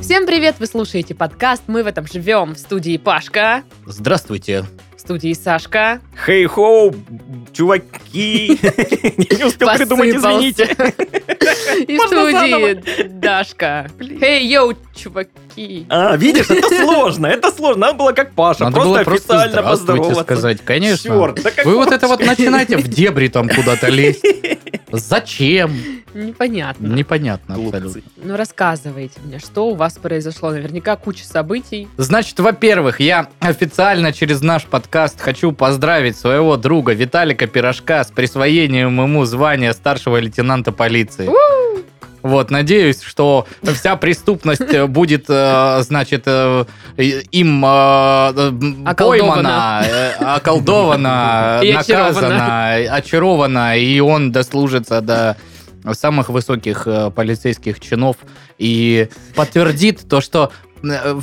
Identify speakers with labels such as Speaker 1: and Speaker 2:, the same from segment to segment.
Speaker 1: Всем привет! Вы слушаете подкаст «Мы в этом живем» в студии Пашка,
Speaker 2: Здравствуйте.
Speaker 1: в студии Сашка.
Speaker 3: Хей-хоу, чуваки! Я не успел придумать,
Speaker 1: Посыпался.
Speaker 3: извините.
Speaker 1: И в
Speaker 3: Можно
Speaker 1: студии Дашка. Эй, йоу, чуваки!
Speaker 3: А, видишь, это сложно, это сложно. Надо было как Паша,
Speaker 2: Надо
Speaker 3: просто
Speaker 2: было просто
Speaker 3: официально
Speaker 2: здравствуйте
Speaker 3: поздороваться.
Speaker 2: сказать, конечно.
Speaker 3: Черт, да как
Speaker 2: Вы вот это вот
Speaker 3: Пашка.
Speaker 2: начинаете в дебри там куда-то лезть. Зачем?
Speaker 1: Непонятно.
Speaker 2: Непонятно абсолютно.
Speaker 3: Глупцы.
Speaker 1: Ну, рассказывайте мне, что у вас произошло. Наверняка куча событий.
Speaker 2: Значит, во-первых, я официально через наш подкаст хочу поздравить своего друга Виталика Пирожка с присвоением ему звания старшего лейтенанта полиции. Вот, надеюсь, что вся преступность э, будет, э, значит, э, и- им э, м,
Speaker 1: Околдована.
Speaker 2: поймана, э, околдована,
Speaker 1: И
Speaker 2: наказана, очарована, и он дослужится до самых высоких э, полицейских чинов и подтвердит то, что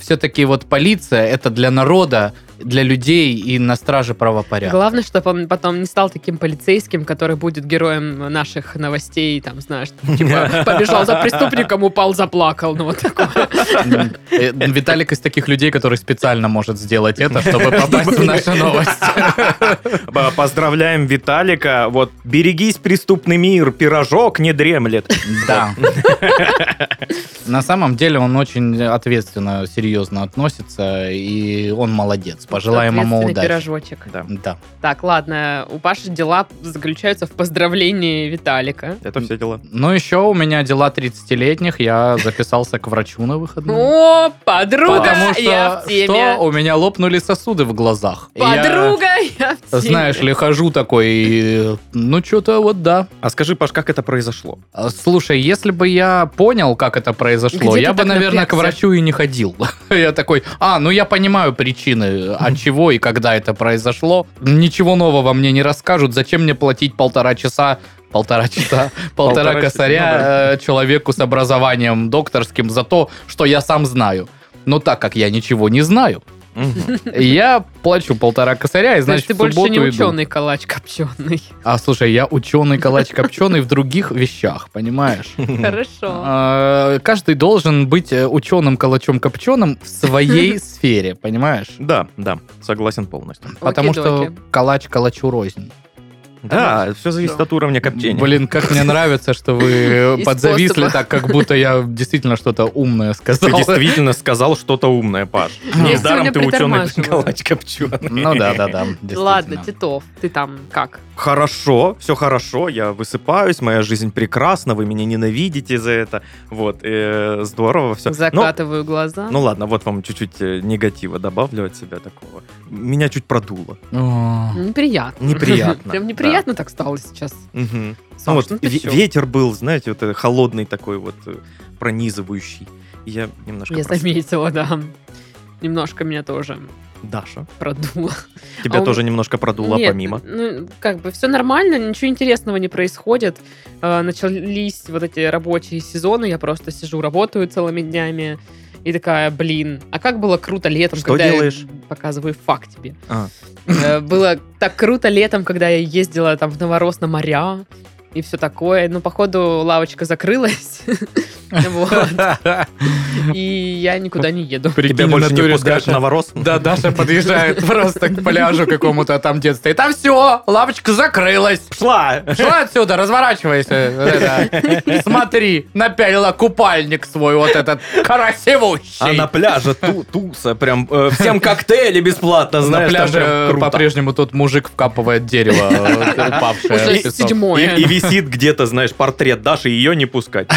Speaker 2: все-таки вот полиция это для народа, для людей и на страже правопорядка.
Speaker 1: Главное, чтобы он потом не стал таким полицейским, который будет героем наших новостей, там, знаешь, типа побежал за преступником, упал, заплакал, ну вот такое.
Speaker 2: М, э, Виталик из таких людей, который специально может сделать это, чтобы попасть в наши новости.
Speaker 3: Б- Э, Поздравляем Виталика. Вот берегись, преступный мир, пирожок не дремлет.
Speaker 2: Да. На самом деле он очень ответственно, серьезно относится, и он молодец. Пожелаем ему
Speaker 1: Ответственный
Speaker 2: удачи.
Speaker 1: пирожочек.
Speaker 3: Да,
Speaker 2: Да.
Speaker 1: Так, ладно, у Паши дела заключаются в поздравлении Виталика.
Speaker 3: это все дела.
Speaker 2: Ну, еще у меня дела 30-летних. Я записался к врачу на выходные.
Speaker 1: О, подруга,
Speaker 2: Потому что,
Speaker 1: Ну, я в теме.
Speaker 2: что у меня лопнули сосуды в глазах. И я,
Speaker 1: Подруга, я, в теме.
Speaker 2: знаешь ли, хожу такой, и, ну, что-то вот да.
Speaker 3: А скажи, Паш, как это произошло?
Speaker 2: А, Слушай, если бы я понял, как это произошло,
Speaker 1: Где
Speaker 2: я
Speaker 1: ты
Speaker 2: бы,
Speaker 1: так
Speaker 2: наверное, к
Speaker 1: напрягся?
Speaker 2: врачу и не ходил. Я такой, а, ну я понимаю причины, от чего и когда это произошло. Ничего нового мне не расскажут, зачем мне платить полтора часа Полтора часа, полтора
Speaker 3: Полтора часа, ну
Speaker 2: косаря э, человеку с образованием докторским за то, что я сам знаю. Но так как я ничего не знаю,
Speaker 3: Мгм.
Speaker 2: я плачу полтора косаря, и
Speaker 1: То есть
Speaker 2: значит,
Speaker 1: ты
Speaker 2: в
Speaker 1: больше не
Speaker 2: субботу иду.
Speaker 1: ученый калач копченый.
Speaker 2: А слушай, я ученый калач копченый в других вещах, понимаешь?
Speaker 1: Хорошо.
Speaker 2: Э, Каждый должен быть ученым калачом копченым в своей сфере, понимаешь?
Speaker 3: Да, да, согласен полностью.
Speaker 2: Потому что
Speaker 1: Окей-доки.
Speaker 2: калач калачу рознь.
Speaker 3: Да, все зависит
Speaker 1: Да.
Speaker 3: от уровня копчения.
Speaker 2: Блин, как мне нравится, что вы
Speaker 1: И
Speaker 2: подзависли
Speaker 1: способа.
Speaker 2: так, как будто я действительно что-то умное
Speaker 3: ты
Speaker 2: сказал.
Speaker 3: действительно сказал что-то умное, Паш.
Speaker 2: Я
Speaker 3: Недаром
Speaker 1: сегодня
Speaker 3: ты ученый
Speaker 1: притормаживаю.
Speaker 3: калач копченый.
Speaker 2: Ну да, да, да. действительно.
Speaker 1: Ладно, Титов, ты там как?
Speaker 3: хорошо, все хорошо, я высыпаюсь, моя жизнь прекрасна, вы меня ненавидите за это. Вот, э, здорово
Speaker 2: Ну,
Speaker 3: все.
Speaker 1: Закатываю глаза.
Speaker 3: ну ладно, вот вам чуть-чуть э, негатива добавлю от себя такого. Меня чуть продуло.
Speaker 2: О,
Speaker 1: Неприятно.
Speaker 3: Неприятно,
Speaker 1: Прям неприятно так стало сейчас.
Speaker 3: Мгм. Ну
Speaker 1: Саш,
Speaker 3: вот
Speaker 1: ну ты
Speaker 3: ве-
Speaker 1: чё?
Speaker 3: ветер был, знаете, вот э, холодный такой вот э, пронизывающий. И Я немножко...
Speaker 1: Я
Speaker 3: прос-
Speaker 1: заметила, да. Немножко меня тоже
Speaker 3: Даша,
Speaker 1: продуло.
Speaker 3: тебя
Speaker 1: А у-
Speaker 3: тоже немножко продуло
Speaker 1: Нет,
Speaker 3: помимо.
Speaker 1: Ну, как бы все нормально, ничего интересного не происходит. Э, Начались вот эти рабочие сезоны, я просто сижу, работаю целыми днями. И такая, блин, а как было круто летом,
Speaker 3: Что
Speaker 1: когда я-
Speaker 3: делаешь?
Speaker 1: показываю факт тебе.
Speaker 3: А.
Speaker 1: Э, Было так круто летом, когда я ездила там в Новорос на моря и все такое. Но, походу, лавочка закрылась. Вот. И я никуда не еду.
Speaker 2: Прикинь,
Speaker 3: Тебя
Speaker 2: в
Speaker 3: больше не
Speaker 2: натуре
Speaker 3: пускают
Speaker 2: Даша-
Speaker 3: на ворос?
Speaker 2: Да, Даша подъезжает просто к пляжу какому-то а там детстве. И там все, лавочка закрылась.
Speaker 3: Пошла!
Speaker 2: Шла отсюда, разворачивайся. Вот это. Смотри, напялила купальник свой вот этот
Speaker 3: А
Speaker 2: красивущий.
Speaker 3: на пляже ту- туса, прям э, всем коктейли бесплатно,
Speaker 2: На
Speaker 3: знаешь, там
Speaker 2: пляже э,
Speaker 3: прям круто.
Speaker 2: по-прежнему тот мужик вкапывает дерево, э, упавшее.
Speaker 1: Уже
Speaker 2: в песок.
Speaker 1: седьмое.
Speaker 3: И, и висит где-то, знаешь, портрет Даши, ее не пускать.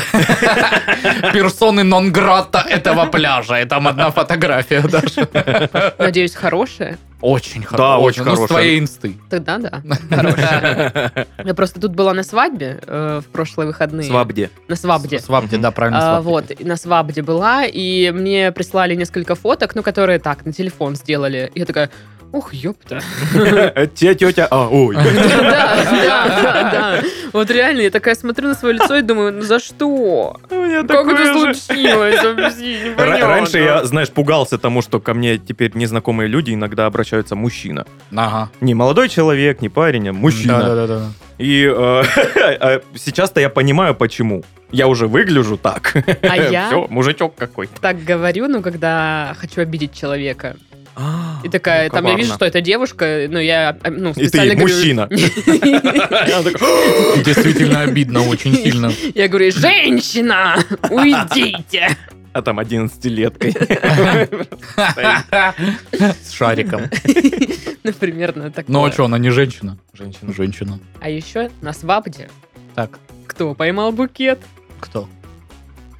Speaker 2: Персоны нон-грата этого пляжа. И там одна фотография даже.
Speaker 1: Надеюсь, хорошее.
Speaker 2: Очень
Speaker 3: Да,
Speaker 2: хорошая.
Speaker 3: очень
Speaker 2: Ну, с
Speaker 3: хорошая.
Speaker 2: твоей инсты.
Speaker 1: Тогда да. Хорошее. Я просто тут была на свадьбе э, в прошлые выходные.
Speaker 3: Свабде.
Speaker 1: На свабде.
Speaker 2: Свабде, да, правильно.
Speaker 1: А,
Speaker 2: свабде.
Speaker 1: вот, и на свабде была, и мне прислали несколько фоток, ну, которые так, на телефон сделали. Я такая, ух, ёпта.
Speaker 3: Те тетя... А, ой.
Speaker 1: Да, да, да. Вот реально, я такая смотрю на свое лицо и думаю, ну за что?
Speaker 3: Ну,
Speaker 1: Как это случилось? Объясни, непонятно.
Speaker 3: Раньше я, знаешь, пугался тому, что ко мне теперь незнакомые люди иногда обращаются мужчина.
Speaker 2: Ага.
Speaker 3: Не молодой человек, не парень, а мужчина.
Speaker 2: Да-да-да.
Speaker 3: И э, а сейчас-то я понимаю, почему. Я уже выгляжу так.
Speaker 1: А я-
Speaker 3: Все, мужичок какой-то.
Speaker 1: Так говорю, ну, когда хочу обидеть человека. А, И такая, там я вижу, что это девушка, но я, а, ну,
Speaker 3: Ну, И ты
Speaker 1: специально
Speaker 3: ей,
Speaker 1: говорю-
Speaker 3: мужчина. Она такая,
Speaker 2: Действительно обидно очень сильно.
Speaker 1: Я говорю, женщина, уйдите.
Speaker 3: А там 11-леткой.
Speaker 2: С шариком.
Speaker 1: Ну, примерно такое.
Speaker 2: Ну а что, она не женщина?
Speaker 3: Женщина.
Speaker 2: Женщина.
Speaker 1: А еще на свапде
Speaker 2: Так,
Speaker 1: кто поймал букет?
Speaker 2: кто?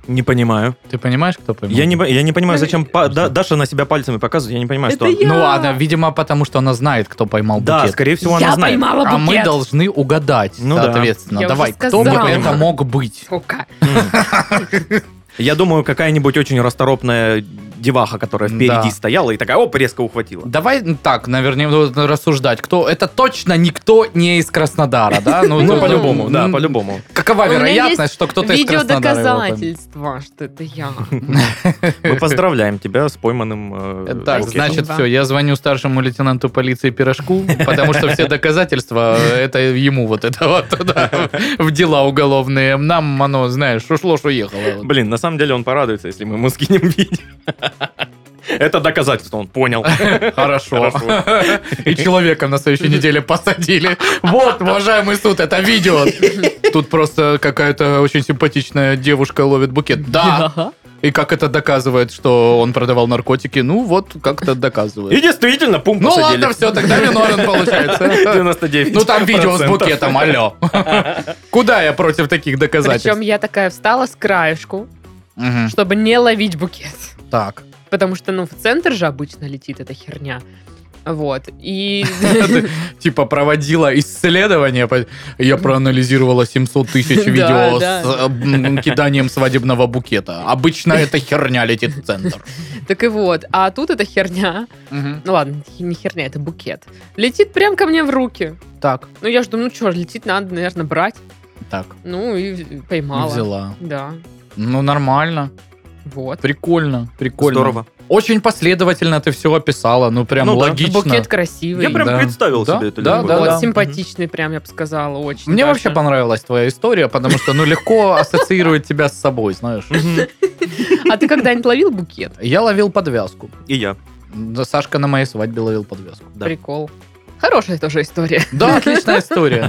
Speaker 3: Не понимаю.
Speaker 2: Ты понимаешь, кто поймал?
Speaker 3: Я не, по- я не понимаю,
Speaker 1: Ну,
Speaker 3: зачем па- да- Даша на себя пальцами показывает. Я не понимаю,
Speaker 1: Это
Speaker 3: что... она-
Speaker 1: я.
Speaker 2: Ну ладно, видимо, потому что она знает, кто поймал
Speaker 3: Да,
Speaker 2: букет.
Speaker 3: скорее всего, она
Speaker 1: я
Speaker 3: знает.
Speaker 1: поймала букет.
Speaker 2: А мы должны угадать,
Speaker 3: Ну да.
Speaker 2: соответственно.
Speaker 1: Я уже
Speaker 2: Давай, кто бы
Speaker 1: сказала.
Speaker 2: это мог быть?
Speaker 1: Сука.
Speaker 3: М. Я думаю, какая-нибудь очень расторопная деваха, которая
Speaker 2: Да.
Speaker 3: впереди стояла и такая, оп, резко ухватила.
Speaker 2: Давай ну, так, наверное, буду рассуждать. Кто? Это точно никто не из Краснодара, да?
Speaker 3: Ну, по-любому, да,
Speaker 2: м,
Speaker 3: по-любому.
Speaker 2: Какова
Speaker 1: У меня
Speaker 2: вероятность,
Speaker 1: есть
Speaker 2: что кто-то из
Speaker 1: Видео
Speaker 2: Краснодара? его поймет?
Speaker 1: доказательства, что это я.
Speaker 3: Мы поздравляем тебя с пойманным... э,
Speaker 2: Так,
Speaker 1: Окей.
Speaker 3: букетом.
Speaker 2: значит,
Speaker 1: Да.
Speaker 2: все, я звоню старшему лейтенанту полиции Пирожку, потому что все доказательства, э, это ему вот это вот, да, в дела уголовные. Нам оно, знаешь, ушло, что ехало.
Speaker 3: Блин, на самом деле он порадуется, если мы ему скинем видео. Это доказательство, он понял.
Speaker 2: Хорошо.
Speaker 3: Хорошо.
Speaker 2: И человека на следующей неделе посадили. Вот, уважаемый суд, это видео. Тут просто какая-то очень симпатичная девушка ловит букет. Да.
Speaker 1: Ага.
Speaker 2: И как это доказывает, что он продавал наркотики? Ну, вот как это
Speaker 3: И
Speaker 2: доказывает.
Speaker 3: действительно, пум
Speaker 2: Ну
Speaker 3: посадили.
Speaker 2: ладно, все, тогда виновен получается.
Speaker 3: 99
Speaker 2: Ну там видео с букетом, алло. Куда я против таких
Speaker 1: Причем
Speaker 2: доказательств?
Speaker 1: я такая встала с краешку,
Speaker 2: Мгм.
Speaker 1: чтобы не ловить букет.
Speaker 2: Так.
Speaker 1: Потому что, ну, в центр же обычно летит эта херня. Вот. И...
Speaker 2: Ты, Типа проводила исследование, по- я проанализировала 700 тысяч
Speaker 1: Да,
Speaker 2: видео с
Speaker 1: да.
Speaker 2: э, м, киданием свадебного букета. Обычно эта херня летит в центр.
Speaker 1: Так и вот. А тут эта херня... Ну ладно, не херня, это букет. Летит прям ко мне в руки.
Speaker 2: Так.
Speaker 1: Ну я жду, ну что, летит, надо, наверное, брать.
Speaker 2: Так,
Speaker 1: Ну и поймала.
Speaker 2: взяла.
Speaker 1: Да,
Speaker 2: Ну нормально,
Speaker 1: вот.
Speaker 2: прикольно, прикольно.
Speaker 3: Здорово.
Speaker 2: Очень последовательно ты все описала, ну прям
Speaker 3: Ну да,
Speaker 2: логично.
Speaker 1: Букет красивый.
Speaker 3: Я прям
Speaker 2: Да.
Speaker 3: представил
Speaker 2: Да,
Speaker 3: себе это.
Speaker 2: да,
Speaker 3: любовь.
Speaker 1: Вот,
Speaker 2: да.
Speaker 1: симпатичный прям, я бы сказала, очень.
Speaker 2: Мне
Speaker 1: даже.
Speaker 2: вообще понравилась твоя история, потому что, ну, легко ассоциировать тебя с собой, знаешь.
Speaker 3: Мгм.
Speaker 1: А ты когда-нибудь ловил букет?
Speaker 2: Я ловил подвязку.
Speaker 3: И я.
Speaker 2: Да, Сашка на моей свадьбе ловил подвязку.
Speaker 3: Да.
Speaker 1: Прикол. Хорошая тоже история.
Speaker 2: Да, отличная история.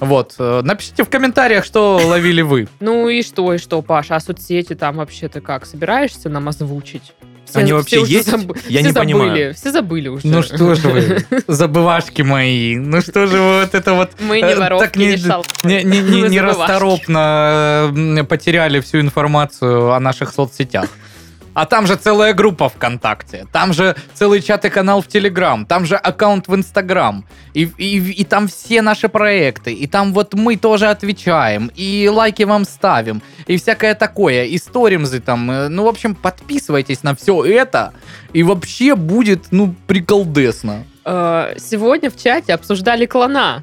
Speaker 2: Вот. э, Напишите в комментариях, что ловили вы.
Speaker 1: Ну и что, и что, Паша, а соцсети там вообще ты как, собираешься нам озвучить? Все-
Speaker 3: Они
Speaker 1: все
Speaker 3: вообще
Speaker 1: уже
Speaker 3: есть?
Speaker 1: забы-
Speaker 3: Я
Speaker 1: все
Speaker 3: не
Speaker 1: забыли,
Speaker 3: понимаю.
Speaker 1: Все забыли уже.
Speaker 2: Ну что же вы, забывашки мои. Ну что же вы вот это вот
Speaker 1: Мы не
Speaker 2: Э,
Speaker 1: воровки,
Speaker 2: так не-
Speaker 1: не шал-
Speaker 2: не- не- не-
Speaker 1: Мы забывашки.
Speaker 2: нерасторопно э, потеряли всю информацию о наших соцсетях. А там же целая группа ВКонтакте, там же целый чат и канал в Телеграм, там же аккаунт в Инстаграм, и, и- и там все наши проекты, и там вот мы тоже отвечаем, и лайки вам ставим, и всякое такое, и сторимзы там, э, ну, в общем, подписывайтесь на все это, и вообще будет, ну, приколдесно.
Speaker 1: Э, Сегодня в чате обсуждали клона.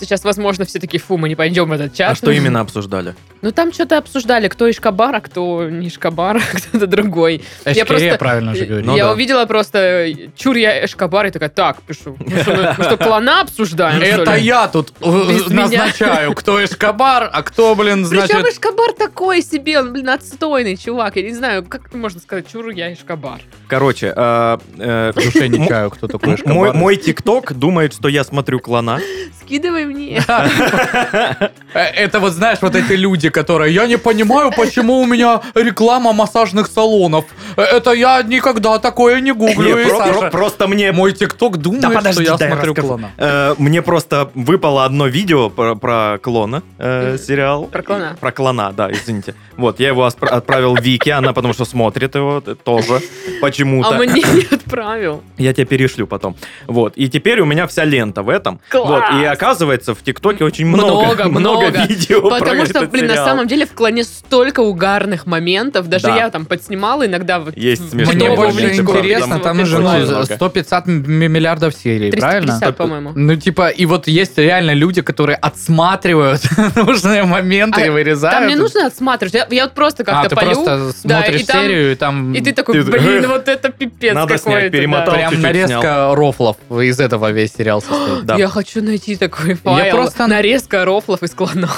Speaker 1: Сейчас, возможно, все такие, фу, мы не пойдем в этот чат.
Speaker 3: А что именно обсуждали?
Speaker 1: Ну, там что-то обсуждали, кто Ишкабар, а кто не Ишкабар, а кто-то другой. Я
Speaker 2: HKE
Speaker 1: просто-
Speaker 2: правильно же
Speaker 1: И-
Speaker 2: говорю.
Speaker 3: Ну
Speaker 1: я
Speaker 3: да.
Speaker 1: увидела просто, э, чур я Эшкабар, и такая, так, пишу. Мы что, мы- мы что, клона обсуждаем, что
Speaker 2: Это
Speaker 1: ли?
Speaker 2: я тут
Speaker 1: Без
Speaker 2: э, назначаю, кто Эшкабар, а кто, блин,
Speaker 1: Причем
Speaker 2: значит...
Speaker 1: Эшкабар такой себе, он, блин, отстойный чувак. Я не знаю, как можно сказать, чур я Эшкабар.
Speaker 3: Короче, э, э,
Speaker 2: В душе не чаю, кто такой
Speaker 3: мой
Speaker 2: Эшкабар.
Speaker 3: мой тикток думает, что я смотрю клона.
Speaker 1: Скидывай мне.
Speaker 2: Э, Это вот, знаешь, вот эти люди, которые... Я не понимаю, почему у меня реклама массажных салонов. Э, Это я никогда такое не гуглю.
Speaker 3: Не,
Speaker 2: И
Speaker 3: про- про-
Speaker 2: Саша,
Speaker 3: Просто мне
Speaker 2: Мой тикток думает, что
Speaker 3: подожди,
Speaker 2: я
Speaker 3: дай я
Speaker 2: смотрю
Speaker 3: расскажу.
Speaker 2: клона.
Speaker 3: Э, Мне просто выпало одно видео про, про клона э,
Speaker 1: Мгм.
Speaker 3: сериал.
Speaker 1: Про клона.
Speaker 3: Про клона, да, извините. Вот, я его оспра- отправил Вике, она потому что смотрит его т- тоже почему-то.
Speaker 1: А мне не отправил.
Speaker 3: Я тебя перешлю потом. Вот, и теперь у меня вся лента в этом.
Speaker 1: Класс!
Speaker 3: Вот, и оказывается, в ТикТоке очень
Speaker 1: Много,
Speaker 3: много, много,
Speaker 1: много.
Speaker 3: видео
Speaker 1: Потому
Speaker 3: про
Speaker 1: что,
Speaker 3: этот
Speaker 1: блин, на
Speaker 3: сериал.
Speaker 1: самом деле в клоне столько угарных моментов. Даже
Speaker 3: Да.
Speaker 1: я там подснимала иногда. вот
Speaker 3: Есть
Speaker 1: в-
Speaker 3: смешные
Speaker 2: Мне
Speaker 1: новую
Speaker 3: моменты,
Speaker 2: больше
Speaker 1: линейку
Speaker 3: правда,
Speaker 2: интересно,
Speaker 1: интересного
Speaker 2: там же
Speaker 1: персонажа.
Speaker 2: ну,
Speaker 3: персонажа.
Speaker 2: 150 м- миллиардов серий, правильно?
Speaker 1: 350, по-моему.
Speaker 2: Ну, типа, и вот есть реально люди, которые отсматривают нужные моменты
Speaker 1: А
Speaker 2: и вырезают.
Speaker 1: Там не нужно отсматривать. Я, я вот просто
Speaker 2: А,
Speaker 1: как-то
Speaker 2: ты
Speaker 1: полю.
Speaker 2: просто
Speaker 1: да,
Speaker 2: смотришь
Speaker 1: и там-
Speaker 2: серию, и там
Speaker 1: И ты такой,
Speaker 3: Ты-
Speaker 1: блин, вот это пипец
Speaker 3: Надо снять,
Speaker 1: какой-то. да».
Speaker 3: перемотал.
Speaker 2: прям
Speaker 3: чуть-чуть
Speaker 2: нарезка рофлов из этого весь сериал состоит.
Speaker 3: Да.
Speaker 1: Я хочу найти такой файл.
Speaker 2: просто-
Speaker 1: Нарезка рофлов из клона. говно.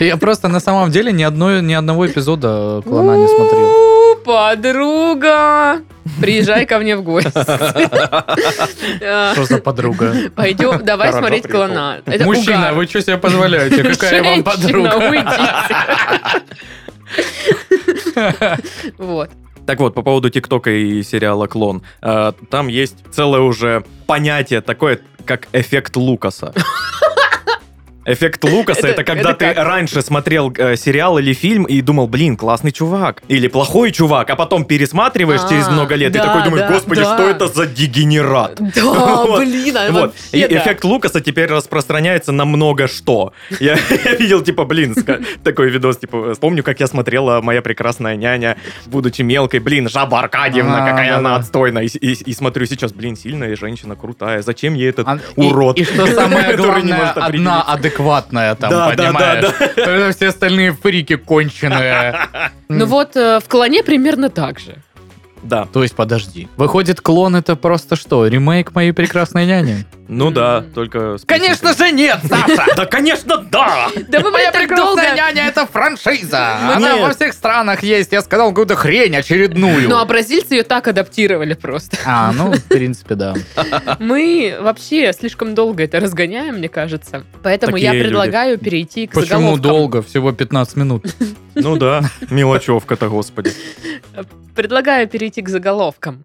Speaker 2: Я просто на самом деле ни, одной, ни одного эпизода клона не смотрел.
Speaker 1: У, Подруга! Приезжай ко мне в гости.
Speaker 2: Что за подруга?
Speaker 1: Пойдем, давай
Speaker 3: Хорошо,
Speaker 1: смотреть
Speaker 3: прикол.
Speaker 1: клона. Это
Speaker 2: Мужчина,
Speaker 1: угар.
Speaker 2: вы что себе позволяете? Какая вам
Speaker 1: Женщина,
Speaker 2: подруга?
Speaker 1: уйдите. Вот.
Speaker 3: Так вот, по поводу ТикТока и сериала «Клон». Э, Там есть целое уже понятие такое, как эффект Лукаса. Эффект Лукаса
Speaker 1: Это-
Speaker 3: это, когда
Speaker 1: это
Speaker 3: ты
Speaker 1: как?
Speaker 3: раньше смотрел э, сериал или фильм и думал, блин, классный чувак. Или плохой чувак, а потом пересматриваешь
Speaker 1: А,
Speaker 3: через много лет и
Speaker 1: да,
Speaker 3: такой думаешь,
Speaker 1: да,
Speaker 3: господи,
Speaker 1: да.
Speaker 3: что это за дегенерат?
Speaker 1: Да,
Speaker 3: Вот.
Speaker 1: блин, а
Speaker 3: Вот. И
Speaker 1: вообще да.
Speaker 3: эффект Лукаса теперь распространяется на много что. Я я видел, типа, блин, ска- такой видос, типа, помню, как я смотрела «Моя прекрасная няня», будучи мелкой, блин, Жаба Аркадьевна,
Speaker 2: А,
Speaker 3: какая
Speaker 2: да-да.
Speaker 3: она отстойная. И- И и смотрю сейчас, блин, сильная женщина, крутая, зачем ей этот
Speaker 2: А, и-
Speaker 3: урод?
Speaker 2: И, что самое
Speaker 3: который не
Speaker 2: главное,
Speaker 3: может
Speaker 2: одна
Speaker 3: определиться?
Speaker 2: адекватная там,
Speaker 3: Да, да, да,
Speaker 2: понимаешь? Потому что все остальные фрики конченые.
Speaker 1: Ну вот э, в клоне примерно так же.
Speaker 3: Да,
Speaker 2: То есть, подожди. Выходит, клон это просто что, ремейк моей прекрасной няни?
Speaker 3: ну да,
Speaker 1: М.
Speaker 3: только... с
Speaker 2: Конечно же нет, Саша!
Speaker 3: песенкой. Да, конечно, да!
Speaker 1: Да мы
Speaker 2: Моя
Speaker 1: блин, так долго...
Speaker 2: прекрасная няня это франшиза. Она
Speaker 3: Нет.
Speaker 2: во всех странах есть. Я сказал какую-то хрень очередную.
Speaker 1: Ну а бразильцы ее так адаптировали просто.
Speaker 2: А, ну, в принципе, да.
Speaker 3: А.
Speaker 1: Мы вообще слишком долго это разгоняем, мне кажется. Поэтому
Speaker 3: Такие
Speaker 1: я
Speaker 3: люди.
Speaker 1: предлагаю перейти к
Speaker 2: Почему
Speaker 1: заголовкам.
Speaker 2: долго? Всего 15 минут.
Speaker 3: Ну да, мелочевка-то, господи.
Speaker 1: Предлагаю перейти к заголовкам.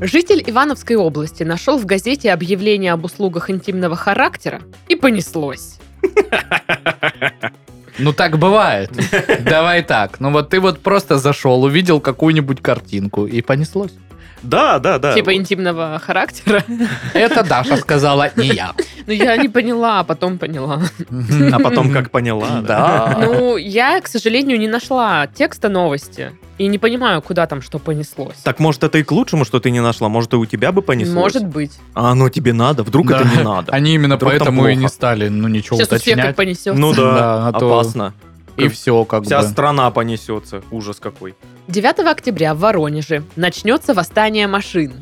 Speaker 1: Житель Ивановской области нашел в газете объявление об услугах интимного характера и понеслось.
Speaker 2: Ну, так бывает. Давай так. Ну, вот ты вот просто зашел, увидел какую-нибудь картинку и понеслось.
Speaker 3: Да, да, да.
Speaker 1: Типа интимного характера.
Speaker 2: Это Даша сказала, не я.
Speaker 1: Но я не поняла, а потом поняла.
Speaker 3: А потом как поняла, А.
Speaker 2: Да.
Speaker 1: Ну, я, к сожалению, не нашла текста новости. И не понимаю, куда там что понеслось.
Speaker 3: Так может это и к лучшему, что ты не нашла, может и у тебя бы понеслось.
Speaker 1: Может быть.
Speaker 3: А оно тебе надо? Вдруг
Speaker 2: Да.
Speaker 3: это не надо?
Speaker 2: Они именно
Speaker 3: Вдруг там
Speaker 2: поэтому и
Speaker 3: плохо.
Speaker 2: не стали, ну, ничего
Speaker 1: Сейчас у всех как
Speaker 2: уточнять.
Speaker 1: понесется.
Speaker 3: Ну да,
Speaker 2: Да, а то
Speaker 3: опасно.
Speaker 2: И все, как
Speaker 3: Вся
Speaker 2: бы.
Speaker 3: страна понесется. Ужас какой.
Speaker 1: 9 октября в Воронеже начнется восстание машин.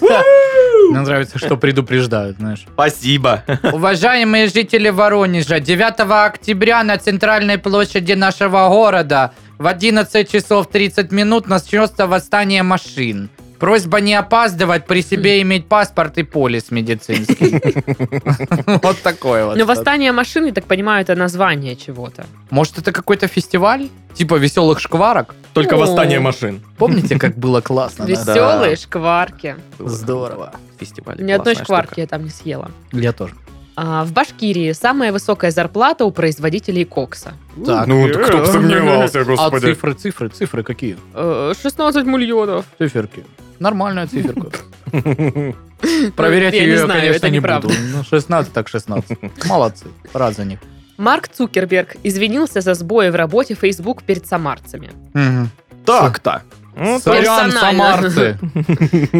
Speaker 2: Мне нравится, что предупреждают, знаешь.
Speaker 3: Спасибо.
Speaker 2: Уважаемые жители Воронежа, 9 октября на центральной площади нашего города в 11 часов 30 минут начнется восстание машин. Просьба не опаздывать, при
Speaker 3: Хм.
Speaker 2: себе иметь паспорт и полис медицинский. Вот такое
Speaker 3: Ну,
Speaker 1: Но восстание машин, я так понимаю, это название чего-то.
Speaker 2: Может, это какой-то фестиваль? Типа веселых шкварок?
Speaker 3: Только
Speaker 1: О.
Speaker 3: восстание машин.
Speaker 2: Помните, как было классно? да?
Speaker 1: Веселые шкварки.
Speaker 2: Здорово.
Speaker 3: Фестиваль.
Speaker 1: Ни одной
Speaker 3: классная
Speaker 1: шкварки
Speaker 3: штука.
Speaker 1: я там не съела.
Speaker 2: Я тоже.
Speaker 1: А, в Башкирии самая высокая зарплата у производителей кокса.
Speaker 2: Так.
Speaker 3: Ну, да кто бы сомневался,
Speaker 2: А
Speaker 3: господи.
Speaker 2: цифры, цифры, цифры какие?
Speaker 1: Э, 16 миллионов.
Speaker 2: Циферки. Нормальная циферка.
Speaker 1: Проверять Хм, ну, Я
Speaker 2: Проверять
Speaker 1: не
Speaker 2: ее,
Speaker 1: ее я, знаю, конечно,
Speaker 2: конечно,
Speaker 1: это не
Speaker 2: не
Speaker 1: неправда.
Speaker 2: буду.
Speaker 1: буду.
Speaker 2: 16 так 16. Молодцы. Рад за них.
Speaker 1: Марк Цукерберг извинился за сбои в работе Facebook перед самарцами.
Speaker 3: Так-то. Ну,
Speaker 1: Сорян, Персонально.
Speaker 2: самарцы.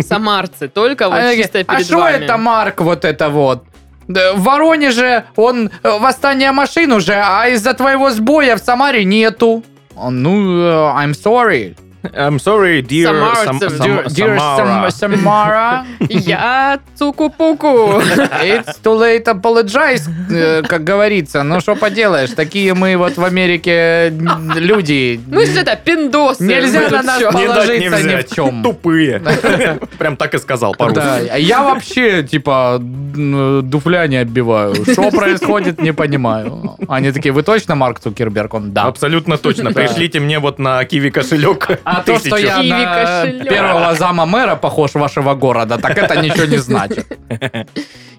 Speaker 1: Самарцы, только вот
Speaker 2: А я
Speaker 1: чисто
Speaker 2: говорю, а
Speaker 1: перед
Speaker 2: что
Speaker 1: вами.
Speaker 2: это Марк вот это вот? Да, В Воронеже он э, восстание машин уже, а из-за твоего сбоя в Самаре нету. Он, Ну, э, I'm sorry.
Speaker 3: I'm sorry, dear
Speaker 1: Самарцы,
Speaker 3: Сам-
Speaker 1: dear-
Speaker 3: Сам-
Speaker 2: Dear, dear
Speaker 3: Самара.
Speaker 2: Sam- Samara,
Speaker 1: Я цуку-пуку.
Speaker 2: it's too late apologize, э, как говорится. Ну, что поделаешь, такие мы вот в Америке э, люди.
Speaker 1: Ну что это, пиндосы.
Speaker 2: Нельзя
Speaker 1: Мы тут
Speaker 2: на нас
Speaker 1: всё.
Speaker 3: Не дать, не
Speaker 2: положиться ни
Speaker 3: взять.
Speaker 2: в чем.
Speaker 3: Тупые. Прям так и сказал
Speaker 2: Да,
Speaker 3: по-русски.
Speaker 2: а я вообще, типа, м, дуфля не отбиваю. Что происходит, не понимаю. Они такие, вы точно Марк Цукерберг? Он, да.
Speaker 3: Абсолютно точно.
Speaker 2: Да.
Speaker 3: Пришлите мне вот на киви кошелек.
Speaker 2: А то, что я
Speaker 1: Киви
Speaker 2: на
Speaker 1: кошелек.
Speaker 2: первого зама мэра похож вашего города, так это ничего не значит.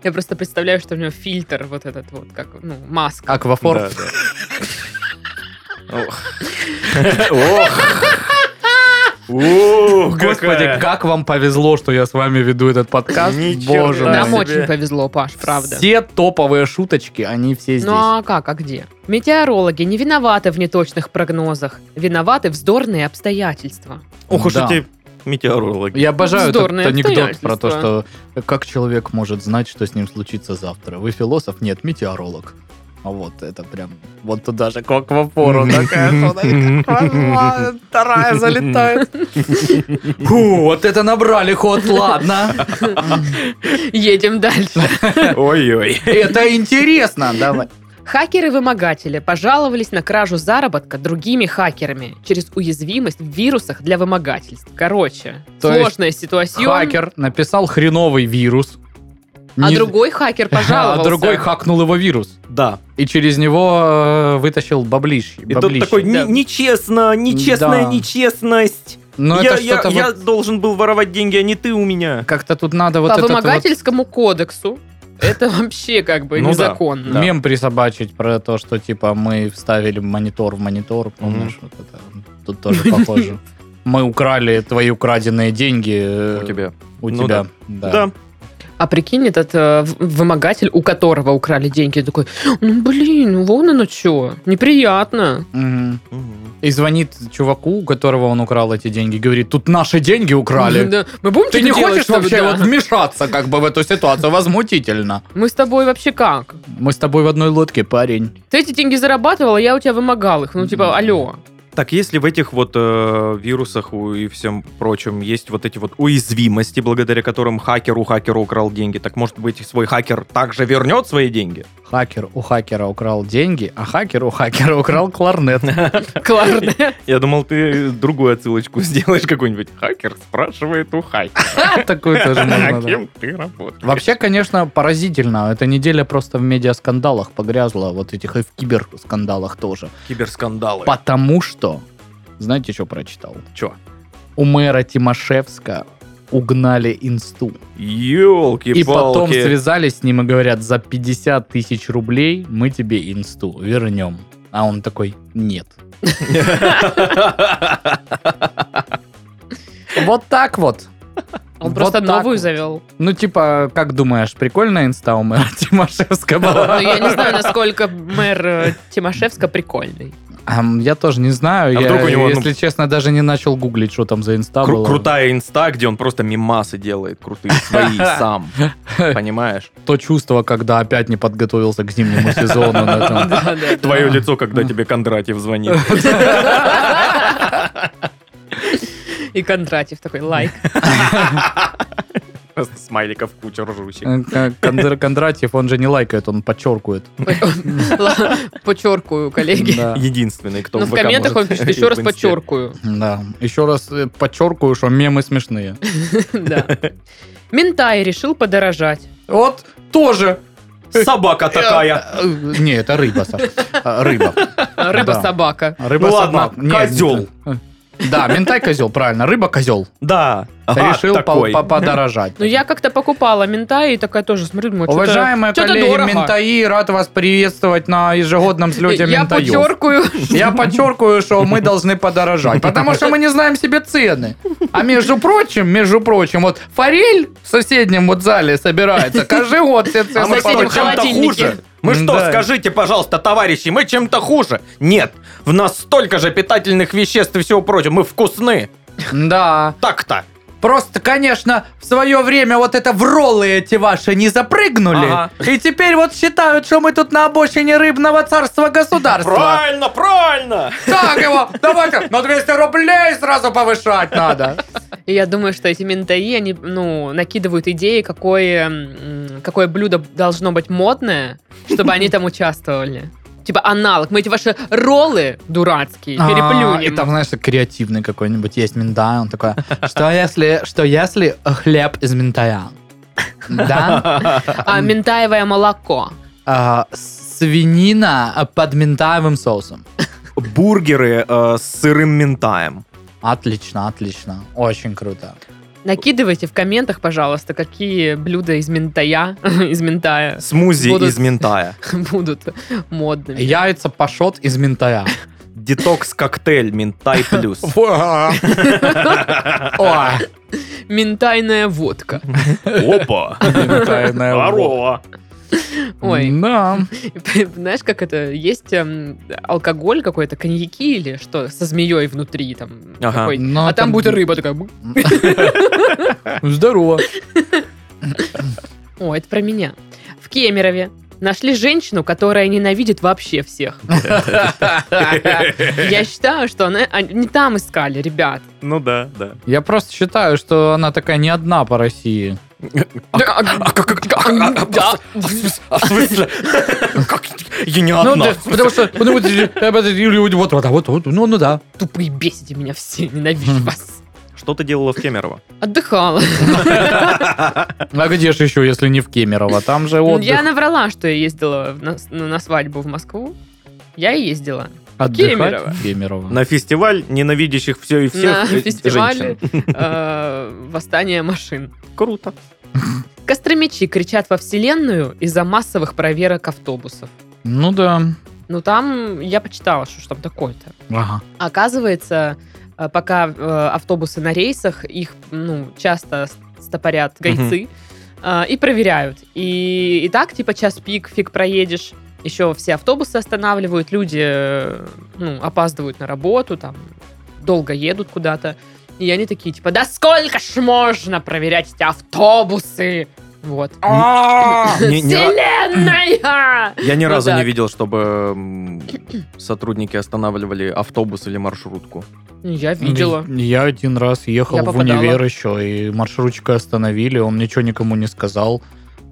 Speaker 1: Я просто представляю, что у него фильтр вот этот вот, как, ну, маска.
Speaker 2: Аквафор.
Speaker 3: Ох. Ух,
Speaker 2: Господи,
Speaker 3: какая.
Speaker 2: как вам повезло, что я с вами веду этот подкаст.
Speaker 3: Ничего
Speaker 2: Боже
Speaker 3: себе.
Speaker 2: мой.
Speaker 1: Нам
Speaker 3: себе.
Speaker 1: очень повезло, Паш, правда.
Speaker 2: Все топовые шуточки, они все здесь.
Speaker 1: Ну а как, а где? Метеорологи не виноваты в неточных прогнозах. Виноваты вздорные обстоятельства.
Speaker 3: Ох уж
Speaker 2: Да.
Speaker 3: эти метеорологи.
Speaker 2: Я обожаю этот
Speaker 1: Вздорные
Speaker 2: анекдот про то,
Speaker 1: обстоятельства.
Speaker 2: что как человек может знать, что с ним случится завтра. Вы философ? Нет, метеоролог. А вот это прям, вот туда же, как в опору, такая, что она как вторая залетает. Фу, вот это набрали ход, ладно.
Speaker 1: Едем дальше.
Speaker 3: Ой-ой.
Speaker 2: Это интересно, давай.
Speaker 1: Хакеры-вымогатели пожаловались на кражу заработка другими хакерами через уязвимость в вирусах для вымогательств. Короче,
Speaker 2: То есть
Speaker 1: сложная ситуация.
Speaker 2: Хакер написал хреновый вирус.
Speaker 1: А
Speaker 2: Не-
Speaker 1: другой хакер пожаловался.
Speaker 2: А другой хакнул его вирус.
Speaker 3: Да.
Speaker 2: И через него э, вытащил баблищи.
Speaker 3: И тут такой,
Speaker 1: да.
Speaker 3: «Не- нечестно, нечестная
Speaker 2: Да.
Speaker 3: нечестность.
Speaker 2: Но
Speaker 3: я,
Speaker 2: это
Speaker 3: я-
Speaker 2: что-то
Speaker 3: я
Speaker 2: вот-
Speaker 3: должен был воровать деньги, а не ты у меня.
Speaker 2: Как-то тут надо вот
Speaker 1: По
Speaker 2: этот вот
Speaker 1: вымогательскому кодексу это вообще как бы
Speaker 3: Ну да,
Speaker 1: незаконно.
Speaker 3: да.
Speaker 2: мем присобачить про то, что типа мы вставили монитор в монитор. Помнишь, вот это? Тут тоже похоже. Мы украли твои украденные деньги э, у
Speaker 3: Ну
Speaker 2: тебя.
Speaker 3: да. Да.
Speaker 1: А прикинь, этот э, в- вымогатель, у которого украли деньги, такой, ну блин, вон оно что, неприятно.
Speaker 2: Мгм. И звонит чуваку, у которого он украл эти деньги, говорит, тут наши деньги украли.
Speaker 1: Да. Мы будем
Speaker 2: Ты
Speaker 1: что-то
Speaker 2: не
Speaker 1: делать,
Speaker 2: хочешь
Speaker 1: чтобы-
Speaker 2: вообще
Speaker 1: да.
Speaker 2: вот вмешаться как бы в эту ситуацию? Возмутительно.
Speaker 1: Мы с тобой вообще как?
Speaker 2: Мы с тобой в одной лодке, парень.
Speaker 1: Ты эти деньги зарабатывал, а я у тебя вымогал их. Ну,
Speaker 2: Мгм.
Speaker 1: типа, алло.
Speaker 3: Так, если в этих вот э, вирусах у- и всем прочем есть вот эти вот уязвимости, благодаря которым хакер у хакера украл деньги, так может быть свой хакер также вернет свои деньги?
Speaker 2: Хакер у хакера украл деньги, а хакер у хакера украл кларнет.
Speaker 1: Кларнет.
Speaker 3: Я думал, ты другую отсылочку сделаешь какую-нибудь. Хакер спрашивает у хакера,
Speaker 2: Такую тоже можно.
Speaker 3: а
Speaker 2: да.
Speaker 3: кем ты работаешь?
Speaker 2: Вообще, конечно, поразительно. Эта неделя просто в медиаскандалах погрязла, вот этих и в киберскандалах тоже.
Speaker 3: киберскандалы.
Speaker 2: Потому что, знаете, что прочитал?
Speaker 3: Чё?
Speaker 2: У мэра Тимошевска угнали инсту.
Speaker 3: Елки-палки.
Speaker 2: И потом связались с ним и говорят, за 50 тысяч рублей мы тебе инсту вернем. А он такой, нет. Вот так вот.
Speaker 1: Он
Speaker 2: Вот
Speaker 1: просто
Speaker 2: так
Speaker 1: новую
Speaker 2: вот.
Speaker 1: завел.
Speaker 2: Ну, типа, как думаешь, прикольная инста у мэра Тимошевска
Speaker 1: Но
Speaker 2: была?
Speaker 1: Ну, я не знаю, насколько мэр э, Тимошевска прикольный.
Speaker 2: Ам, Я тоже не знаю.
Speaker 3: А
Speaker 2: я,
Speaker 3: вдруг у него, ну,
Speaker 2: если честно, даже не начал гуглить, что там за инста
Speaker 3: Кру-
Speaker 2: было.
Speaker 3: крутая инста, где он просто мимасы делает крутые свои сам. Понимаешь?
Speaker 2: То чувство, когда опять не подготовился к зимнему сезону. на этом.
Speaker 1: Да, да.
Speaker 3: Твое
Speaker 2: Да.
Speaker 3: лицо, когда тебе Кондратьев звонит.
Speaker 1: И Кондратьев такой лайк.
Speaker 3: Просто Смайликов куча ржущих.
Speaker 2: Э, Кон- Кондр- Кондратьев, он же не лайкает, он подчеркивает.
Speaker 1: Ла- Подчеркиваю, коллеги.
Speaker 2: Да.
Speaker 3: Единственный, кто
Speaker 1: Но в
Speaker 3: ВК
Speaker 1: комментах он
Speaker 3: может
Speaker 1: пишет
Speaker 3: и
Speaker 1: еще раз
Speaker 3: в инсте.
Speaker 1: подчеркиваю.
Speaker 2: Да. Еще раз э, подчеркиваю, что мемы смешные.
Speaker 1: Да. Ментай решил подорожать.
Speaker 2: Вот тоже.
Speaker 3: Собака такая.
Speaker 2: Э, э, Не, это рыба, Саш. Э, Рыба. Да.
Speaker 1: А, Рыба-собака.
Speaker 2: Рыба
Speaker 3: Ну ладно,
Speaker 2: собака. Не,
Speaker 3: козёл.
Speaker 2: не так. Да, ментай козел, правильно. Рыба козел.
Speaker 3: Да. Ага,
Speaker 2: Решил по-
Speaker 3: такой. А
Speaker 2: по- подорожать.
Speaker 1: Ну, я как-то покупала ментай и такая тоже, смотрю, думаю,
Speaker 2: Уважаемые
Speaker 1: что-то
Speaker 2: коллеги
Speaker 1: дорого.
Speaker 2: Ментаи, рад вас приветствовать на ежегодном слете
Speaker 1: Я
Speaker 2: Ментаев.
Speaker 1: подчеркиваю.
Speaker 2: Я подчеркиваю, что мы должны подорожать, потому что мы не знаем себе цены. А между прочим, между прочим, вот форель в соседнем вот зале собирается каждый год. Все цены
Speaker 1: А в соседнем
Speaker 2: повышают.
Speaker 1: холодильнике.
Speaker 3: хуже. Мы что,
Speaker 2: Да.
Speaker 3: скажите, пожалуйста, товарищи, мы чем-то хуже? Нет, в нас столько же питательных веществ и всего прочего, мы вкусны.
Speaker 2: Да.
Speaker 3: Так-то.
Speaker 2: Просто, конечно, в свое время вот это в роллы эти ваши не запрыгнули.
Speaker 3: Ага.
Speaker 2: И теперь вот считают, что мы тут на обочине рыбного царства государства.
Speaker 3: Правильно, правильно.
Speaker 2: Так его, давайте, на 200 рублей сразу повышать надо.
Speaker 1: И я думаю, что эти ментаи, они, ну, накидывают идеи, какое, м, какое блюдо должно быть модное, чтобы они там участвовали. Типа аналог. Мы эти ваши роллы дурацкие
Speaker 2: А, И там,
Speaker 1: переплюнем.
Speaker 2: знаешь, креативный какой-нибудь есть минтай, он такой, что если, что если хлеб из минтая? Да?
Speaker 1: А ментаевое молоко.
Speaker 2: А, свинина под минтаевым соусом.
Speaker 3: Бургеры э, с сырым ментаем.
Speaker 2: Отлично, отлично. Очень круто.
Speaker 1: Накидывайте в комментах, пожалуйста, какие блюда из ментая, из ментая
Speaker 3: Смузи
Speaker 1: Будут-
Speaker 3: из ментая.
Speaker 1: будут модными.
Speaker 2: Яйца пашот из минтая.
Speaker 3: Детокс-коктейль ментай плюс.
Speaker 2: Ой.
Speaker 1: Ментайная водка.
Speaker 3: Опа.
Speaker 2: Минтайная водка.
Speaker 1: Ой,
Speaker 2: Да.
Speaker 1: Знаешь, как это? Есть эм, алкоголь какой-то, коньяки или что со змеей внутри там
Speaker 3: Ага.
Speaker 1: какой.
Speaker 2: Но
Speaker 1: а там,
Speaker 2: там-
Speaker 1: будет рыба такая. бук.
Speaker 2: Здорово.
Speaker 1: О, это про меня. В Кемерове Нашли женщину, которая ненавидит вообще всех. Я считаю, что она- они не там искали, ребят.
Speaker 3: Ну да, да.
Speaker 2: Я просто считаю, что она такая не одна по России.
Speaker 3: А как- как- а- а- а-
Speaker 1: Да.
Speaker 3: а в смысле? А в смысле? Как? Я не
Speaker 2: Ну,
Speaker 3: одна.
Speaker 2: да, потому что потому что- вот, вот, вот, вот, вот, ну, ну да.
Speaker 1: Тупые бесите меня все, ненавижу
Speaker 3: Хм.
Speaker 1: вас.
Speaker 3: Что ты делала в Кемерово?
Speaker 1: Отдыхала.
Speaker 2: А где же еще, если не в Кемерово? Там же отдых.
Speaker 1: Ну, Я наврала, что я ездила в на- ну, на свадьбу в Москву. Я и ездила.
Speaker 2: Отдыхать?
Speaker 1: Кемерово.
Speaker 2: Кемерово.
Speaker 3: На фестиваль ненавидящих все и всех
Speaker 1: на
Speaker 3: э,
Speaker 1: фестивале
Speaker 3: женщин.
Speaker 1: э, «Восстание машин».
Speaker 3: Круто.
Speaker 1: Костромичи кричат во вселенную из-за массовых проверок автобусов.
Speaker 2: Ну да.
Speaker 1: Ну, там я почитала, что ж там такое-то.
Speaker 2: Ага.
Speaker 1: Оказывается, э, пока э, автобусы на рейсах, их ну, часто с- стопорят гайцы э, и проверяют. И, и так, типа, час пик, фиг проедешь. Еще все автобусы останавливают, люди э, ну, опаздывают на работу, там, долго едут куда-то. И они такие, типа, да сколько ж можно проверять эти автобусы? Вот. А!
Speaker 3: Не- не-
Speaker 1: Вселенная!
Speaker 3: Я ни
Speaker 1: Ну
Speaker 3: разу не
Speaker 1: так.
Speaker 3: видел, чтобы м, сотрудники останавливали автобус или маршрутку.
Speaker 1: Я видела.
Speaker 2: Я один раз ехал
Speaker 1: Я
Speaker 2: в
Speaker 1: попадала.
Speaker 2: универ еще, и маршрутчика остановили, он ничего никому не сказал.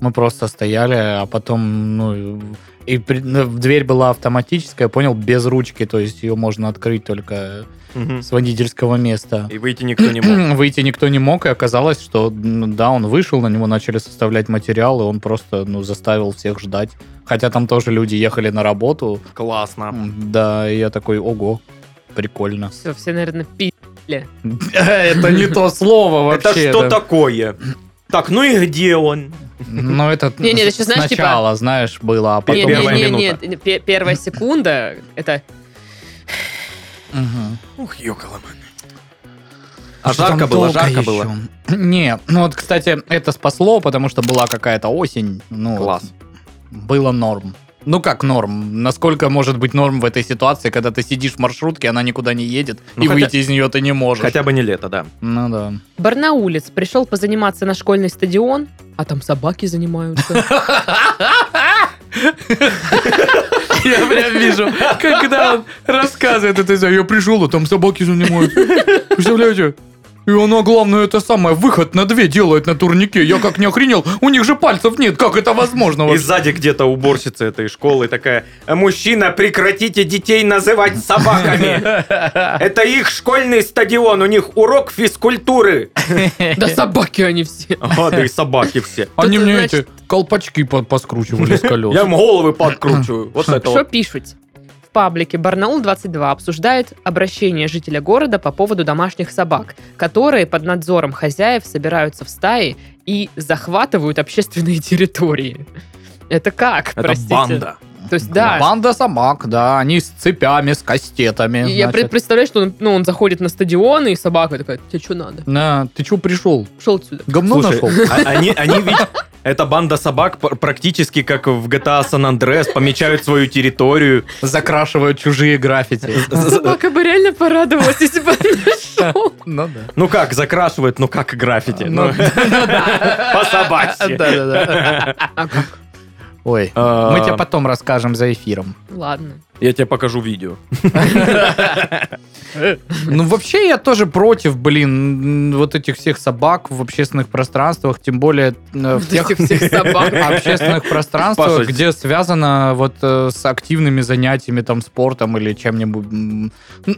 Speaker 2: Мы просто стояли, а потом, ну, и при- ну, дверь была автоматическая, понял, без ручки, то есть ее можно открыть только с водительского места.
Speaker 3: И выйти никто не мог.
Speaker 2: Выйти никто не мог, и оказалось, что м, да, он вышел, на него начали составлять материалы, он просто, ну, заставил всех ждать. Хотя там тоже люди ехали на работу.
Speaker 3: Классно.
Speaker 2: М, Да, и я такой, ого, прикольно.
Speaker 1: Все, все, наверное, пи***ли.
Speaker 2: Это не то слово
Speaker 3: Это
Speaker 2: вообще.
Speaker 3: что
Speaker 2: да.
Speaker 3: такое? Так, ну и где он?
Speaker 2: Ну, это
Speaker 1: Не-не, ты сейчас знаешь, типа-
Speaker 2: сначала, знаешь, было, а потом...
Speaker 3: Первая
Speaker 1: не, не,
Speaker 3: минута.
Speaker 1: не, пе- первая секунда это
Speaker 2: Мгм.
Speaker 3: Ух, ёкала. мать.
Speaker 2: А
Speaker 3: А
Speaker 2: что
Speaker 3: жарко
Speaker 2: там
Speaker 3: было,
Speaker 2: долго
Speaker 3: жарко
Speaker 2: еще?
Speaker 3: было.
Speaker 2: Не, ну вот, кстати, это спасло, потому что была какая-то осень. Ну, вот,
Speaker 3: Класс.
Speaker 2: было норм. Ну как норм? Насколько может быть норм в этой ситуации, когда ты сидишь в маршрутке, она никуда не едет,
Speaker 3: Ну,
Speaker 2: и
Speaker 3: хотя-
Speaker 2: выйти из нее ты не можешь?
Speaker 3: Хотя бы не лето, да.
Speaker 2: Ну да.
Speaker 1: Барнаулец пришел позаниматься на школьный стадион, а там собаки занимаются.
Speaker 2: Я прям вижу, когда он рассказывает это, я пришел, а там собаки занимаются. Представляете? И она, главное, это самое, выход на две делает на турнике. Я как не охренел, у них же пальцев нет, как это возможно
Speaker 3: И
Speaker 2: вообще?
Speaker 3: сзади где-то уборщица этой школы такая, «Э, мужчина, прекратите детей называть собаками. Это их школьный стадион, у них урок физкультуры.
Speaker 1: Да собаки они все.
Speaker 3: Ага, да и собаки все.
Speaker 2: Они
Speaker 1: Тут,
Speaker 2: мне
Speaker 1: значит-
Speaker 2: эти колпачки по- поскручивали с
Speaker 3: Я
Speaker 2: колес.
Speaker 3: им головы подкручиваю. Вот это
Speaker 1: Что
Speaker 3: вот.
Speaker 1: пишут? В паблике Барнаул-22 обсуждает обращение жителя города по поводу домашних собак, которые под надзором хозяев собираются в стаи и захватывают общественные территории. Это как,
Speaker 3: Это
Speaker 1: простите?
Speaker 3: банда.
Speaker 1: То есть, да,
Speaker 2: Банда собак, да, они с цепями, с кастетами.
Speaker 1: И Я
Speaker 2: значит.
Speaker 1: пред- представляю, что он, ну, он заходит на стадион, и собака такая, тебе что надо?
Speaker 2: На, ты чё пришел?
Speaker 1: Пошел отсюда.
Speaker 2: Говно
Speaker 3: Слушай,
Speaker 2: нашел?
Speaker 3: а- они, они ведь... Эта банда собак пр- практически как в GTA San Andreas помечают свою территорию.
Speaker 2: Закрашивают чужие граффити.
Speaker 1: Собака А бы реально порадовалась, если бы она нашел.
Speaker 2: Ну да.
Speaker 3: Ну как, закрашивают, ну как граффити.
Speaker 2: Ну
Speaker 3: Ну, по собачьи.
Speaker 2: Да-да-да.
Speaker 1: А как?
Speaker 2: Ой.
Speaker 3: А,
Speaker 2: Мы тебе потом расскажем за эфиром.
Speaker 1: Ладно.
Speaker 3: Я тебе покажу видео.
Speaker 2: Ну, вообще, я тоже против, блин, вот этих всех собак в общественных пространствах, тем более э, в
Speaker 1: Вот
Speaker 2: тех
Speaker 1: этих всех собак.
Speaker 2: общественных пространствах,
Speaker 3: Паша,
Speaker 2: где связано вот э, с активными занятиями, там, спортом или чем-нибудь. М,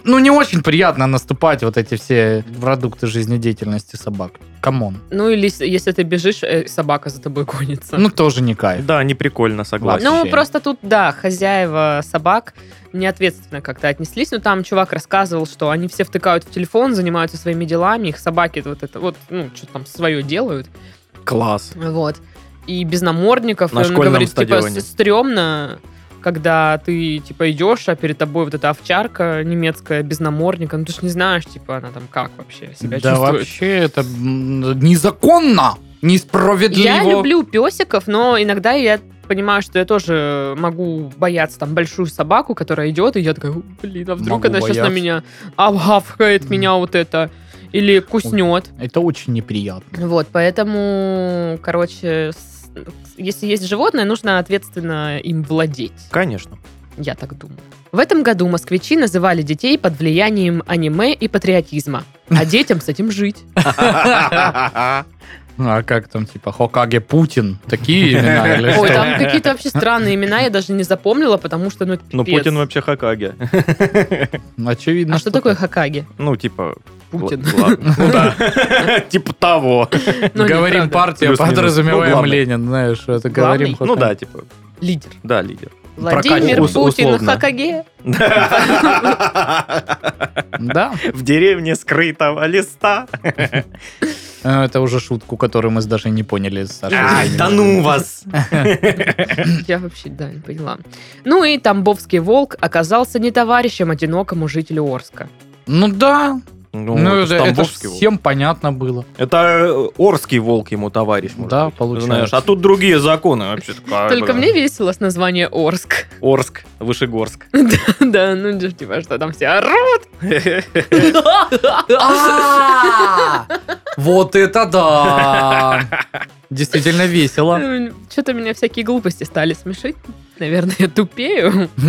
Speaker 2: Ну, не очень приятно наступать вот эти все продукты жизнедеятельности собак. Камон.
Speaker 1: Ну, или с- если ты бежишь, э, собака за тобой гонится.
Speaker 2: Ну, тоже не кайф.
Speaker 3: Да, не прикольно, согласен.
Speaker 1: Ну,
Speaker 2: вообще.
Speaker 1: просто тут, да, хозяева собак неответственно как-то отнеслись. Но там чувак рассказывал, что они все втыкают в телефон, занимаются своими делами, их собаки вот это вот, ну, что-то там свое делают.
Speaker 3: Класс.
Speaker 1: Вот. И без намордников.
Speaker 3: На
Speaker 1: и он
Speaker 3: школьном
Speaker 1: говорит,
Speaker 3: стадионе.
Speaker 1: типа, с- стрёмно, когда ты, типа, идешь, а перед тобой вот эта овчарка немецкая без намордника. Ну, ты же не знаешь, типа, она там как вообще себя
Speaker 2: Да
Speaker 1: чувствует.
Speaker 2: вообще, это м, незаконно, несправедливо.
Speaker 1: Я люблю песиков, но иногда я понимаю, что я тоже могу бояться там большую собаку, которая идет, и я такая, «У, блин, а вдруг
Speaker 2: Могу
Speaker 1: она сейчас
Speaker 2: бояться.
Speaker 1: на меня обгавкает
Speaker 2: Мгм.
Speaker 1: меня вот это, или куснет.
Speaker 2: Это очень неприятно.
Speaker 1: Вот, поэтому, короче, с- если есть животное, нужно ответственно им владеть.
Speaker 3: Конечно.
Speaker 1: Я так думаю. В этом году москвичи называли детей под влиянием аниме и патриотизма. А детям с этим жить.
Speaker 2: Ну, А как там, типа, Хокаге Путин? Такие имена или
Speaker 1: Ой,
Speaker 2: что?
Speaker 1: там какие-то вообще странные имена, я даже не запомнила, потому что, ну,
Speaker 3: Ну,
Speaker 1: пипец.
Speaker 3: Путин вообще Хакаги.
Speaker 2: Очевидно,
Speaker 1: А что такое Хакаги?
Speaker 3: Ну, типа...
Speaker 1: Путин.
Speaker 3: л- ладно. Ну да, типа того.
Speaker 1: Ну,
Speaker 2: Говорим
Speaker 1: неправда.
Speaker 2: партия,
Speaker 3: Плюс-минус. Ну,
Speaker 2: подразумеваем
Speaker 3: главный.
Speaker 2: Ленин, знаешь, это
Speaker 1: Главный?
Speaker 2: говорим.
Speaker 3: Ну да, типа,
Speaker 1: Лидер.
Speaker 3: да, лидер.
Speaker 1: Владимир
Speaker 2: Прокатит.
Speaker 3: Ус-
Speaker 1: Путин
Speaker 3: условно.
Speaker 1: Хакаге.
Speaker 2: Да,
Speaker 3: В деревне скрытого листа.
Speaker 2: Э, это уже шутку, которую мы даже не поняли с Сашей.
Speaker 3: Ай,
Speaker 2: извини.
Speaker 3: да ну вас!
Speaker 1: Я вообще, да, не поняла. Ну и Тамбовский волк оказался не товарищем одинокому жителю Орска.
Speaker 2: Ну да, ну
Speaker 3: ж
Speaker 2: это, это ж
Speaker 3: тамбовский волк.
Speaker 2: всем понятно было.
Speaker 3: Это э, Орский волк ему товарищ, может
Speaker 2: Да,
Speaker 3: быть.
Speaker 2: получается.
Speaker 3: Знаешь, а тут другие законы вообще.
Speaker 1: Только мне весело с названия Орск.
Speaker 3: Орск, Вышегорск.
Speaker 1: Да, ну типа, что там все орут.
Speaker 2: А! Вот это да! Действительно весело.
Speaker 1: Что-то меня всякие глупости стали смешить. Наверное, я тупею.
Speaker 3: О,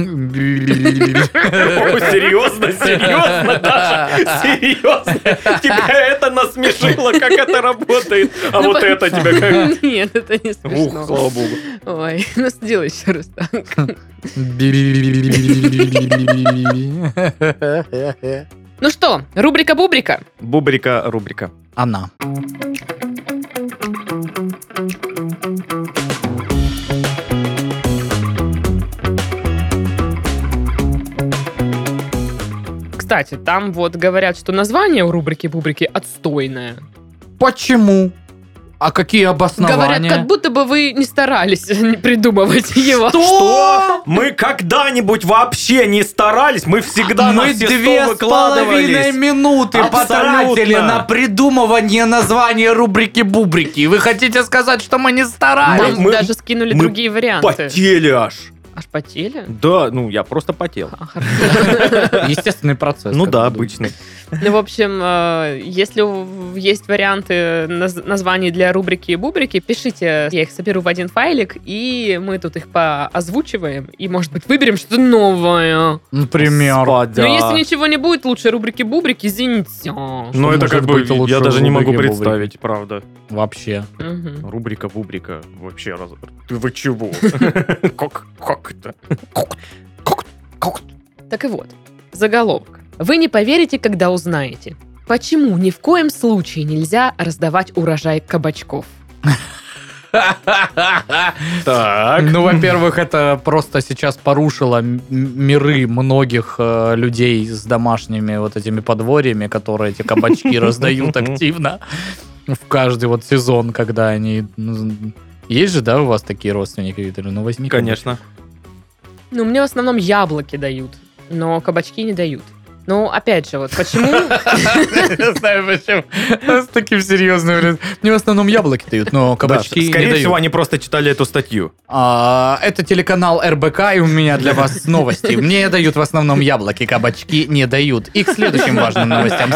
Speaker 3: серьезно, серьезно, Даша, серьезно. Тебя это насмешило, как это работает. А
Speaker 1: Ну,
Speaker 3: вот
Speaker 1: по-
Speaker 3: это тебя как...
Speaker 1: Нет, это не
Speaker 3: Ух,
Speaker 1: смешно.
Speaker 3: слава богу.
Speaker 1: Ой, ну сделай еще раз так. Ну что, рубрика-бубрика.
Speaker 3: Бубрика, рубрика.
Speaker 2: Она.
Speaker 1: Кстати, там вот говорят, что название у рубрики-бубрики отстойное.
Speaker 2: Почему? А какие
Speaker 1: Говорят, как
Speaker 2: обоснования?
Speaker 1: будто бы вы не старались не придумывать его.
Speaker 3: Что? Мы когда-нибудь вообще не старались, мы всегда на
Speaker 2: А Мы
Speaker 3: все
Speaker 2: две с
Speaker 3: сто
Speaker 2: половиной
Speaker 3: выкладывались.
Speaker 2: минуты
Speaker 3: Абсолютно.
Speaker 2: потратили на придумывание названия рубрики-бубрики. Вы хотите сказать, что мы не старались?
Speaker 1: Нам
Speaker 3: Мы-
Speaker 1: даже скинули
Speaker 3: мы
Speaker 1: другие варианты.
Speaker 3: Потели аж.
Speaker 1: Аж потели?
Speaker 3: Да, ну я просто потел.
Speaker 1: А, хорошо.
Speaker 2: Естественный процесс.
Speaker 3: Ну
Speaker 2: как
Speaker 3: да,
Speaker 2: бы.
Speaker 3: обычный.
Speaker 1: Ну, в общем, э, если у- есть варианты наз- названий для рубрики и бубрики, пишите, я их соберу в один файлик, и мы тут их поозвучиваем, и, может быть, выберем что-то новое.
Speaker 2: Например.
Speaker 3: Господа.
Speaker 1: Но если ничего не будет, лучше рубрики-бубрики, извините.
Speaker 3: Ну,
Speaker 2: Что
Speaker 3: это
Speaker 2: может
Speaker 3: как бы,
Speaker 2: быть лучше
Speaker 3: я даже не могу
Speaker 2: рубрики-бубрики?
Speaker 3: представить, правда.
Speaker 2: Вообще.
Speaker 1: Мгм.
Speaker 3: Рубрика бубрика вообще раз. Ты вы чего? Как как это?
Speaker 1: Так и вот, заголовок. Вы не поверите, когда узнаете. Почему ни в коем случае нельзя раздавать урожай кабачков?
Speaker 3: Так.
Speaker 2: Ну, во-первых, это просто сейчас порушило м- миры многих э, людей с домашними вот этими подворьями, которые эти кабачки раздают активно в каждый вот сезон, когда они... ну, Есть же, да, у вас такие родственники, Виктор? Ну, возьми.
Speaker 3: Конечно.
Speaker 1: Ну, мне в основном яблоки дают, но кабачки не дают. Ну, опять же, вот почему...
Speaker 2: Не знаю почему. С таким серьезным. блин. Мне в основном яблоки дают, но кабачки
Speaker 3: Да,
Speaker 2: не
Speaker 3: Скорее
Speaker 2: дают.
Speaker 3: всего, они просто читали эту статью.
Speaker 2: А, это телеканал РБК, и у меня для вас новости. Мне дают в основном яблоки, кабачки не дают. И к следующим важным новостям.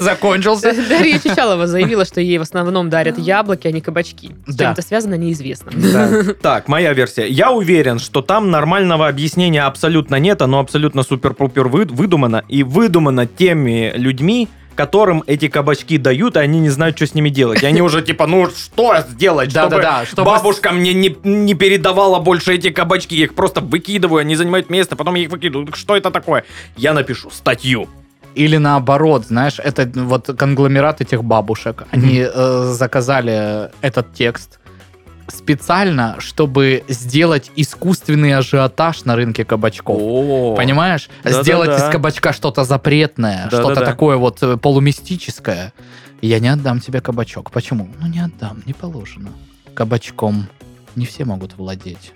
Speaker 2: закончился.
Speaker 1: Дарья Чичалова заявила, что ей в основном дарят яблоки, а не кабачки. С
Speaker 2: Да.
Speaker 1: чем это связано, неизвестно.
Speaker 3: Так, моя версия. Я уверен, что там нормального объяснения абсолютно нет, оно абсолютно супер-пупер вы- выдумано. И выдумано теми людьми, которым эти кабачки дают, и они не знают, что с ними делать. И они уже типа, ну что сделать, чтобы
Speaker 2: Да-да-да. чтобы-
Speaker 3: Бабушка мне не, не передавала больше эти кабачки, я их просто выкидываю, они занимают место, потом я их выкидываю. Так Что это такое? Я напишу статью.
Speaker 2: Или наоборот, знаешь, это вот конгломерат этих бабушек. Они э, заказали этот текст специально, чтобы сделать искусственный ажиотаж на рынке кабачков.
Speaker 3: Понимаешь?
Speaker 2: Понимаешь?
Speaker 3: Да-да-да.
Speaker 2: Сделать из кабачка что-то запретное,
Speaker 3: Да-да-да.
Speaker 2: что-то такое вот э, полумистическое. Я не отдам тебе кабачок. Почему? Ну не отдам, не положено. Кабачком не все могут владеть.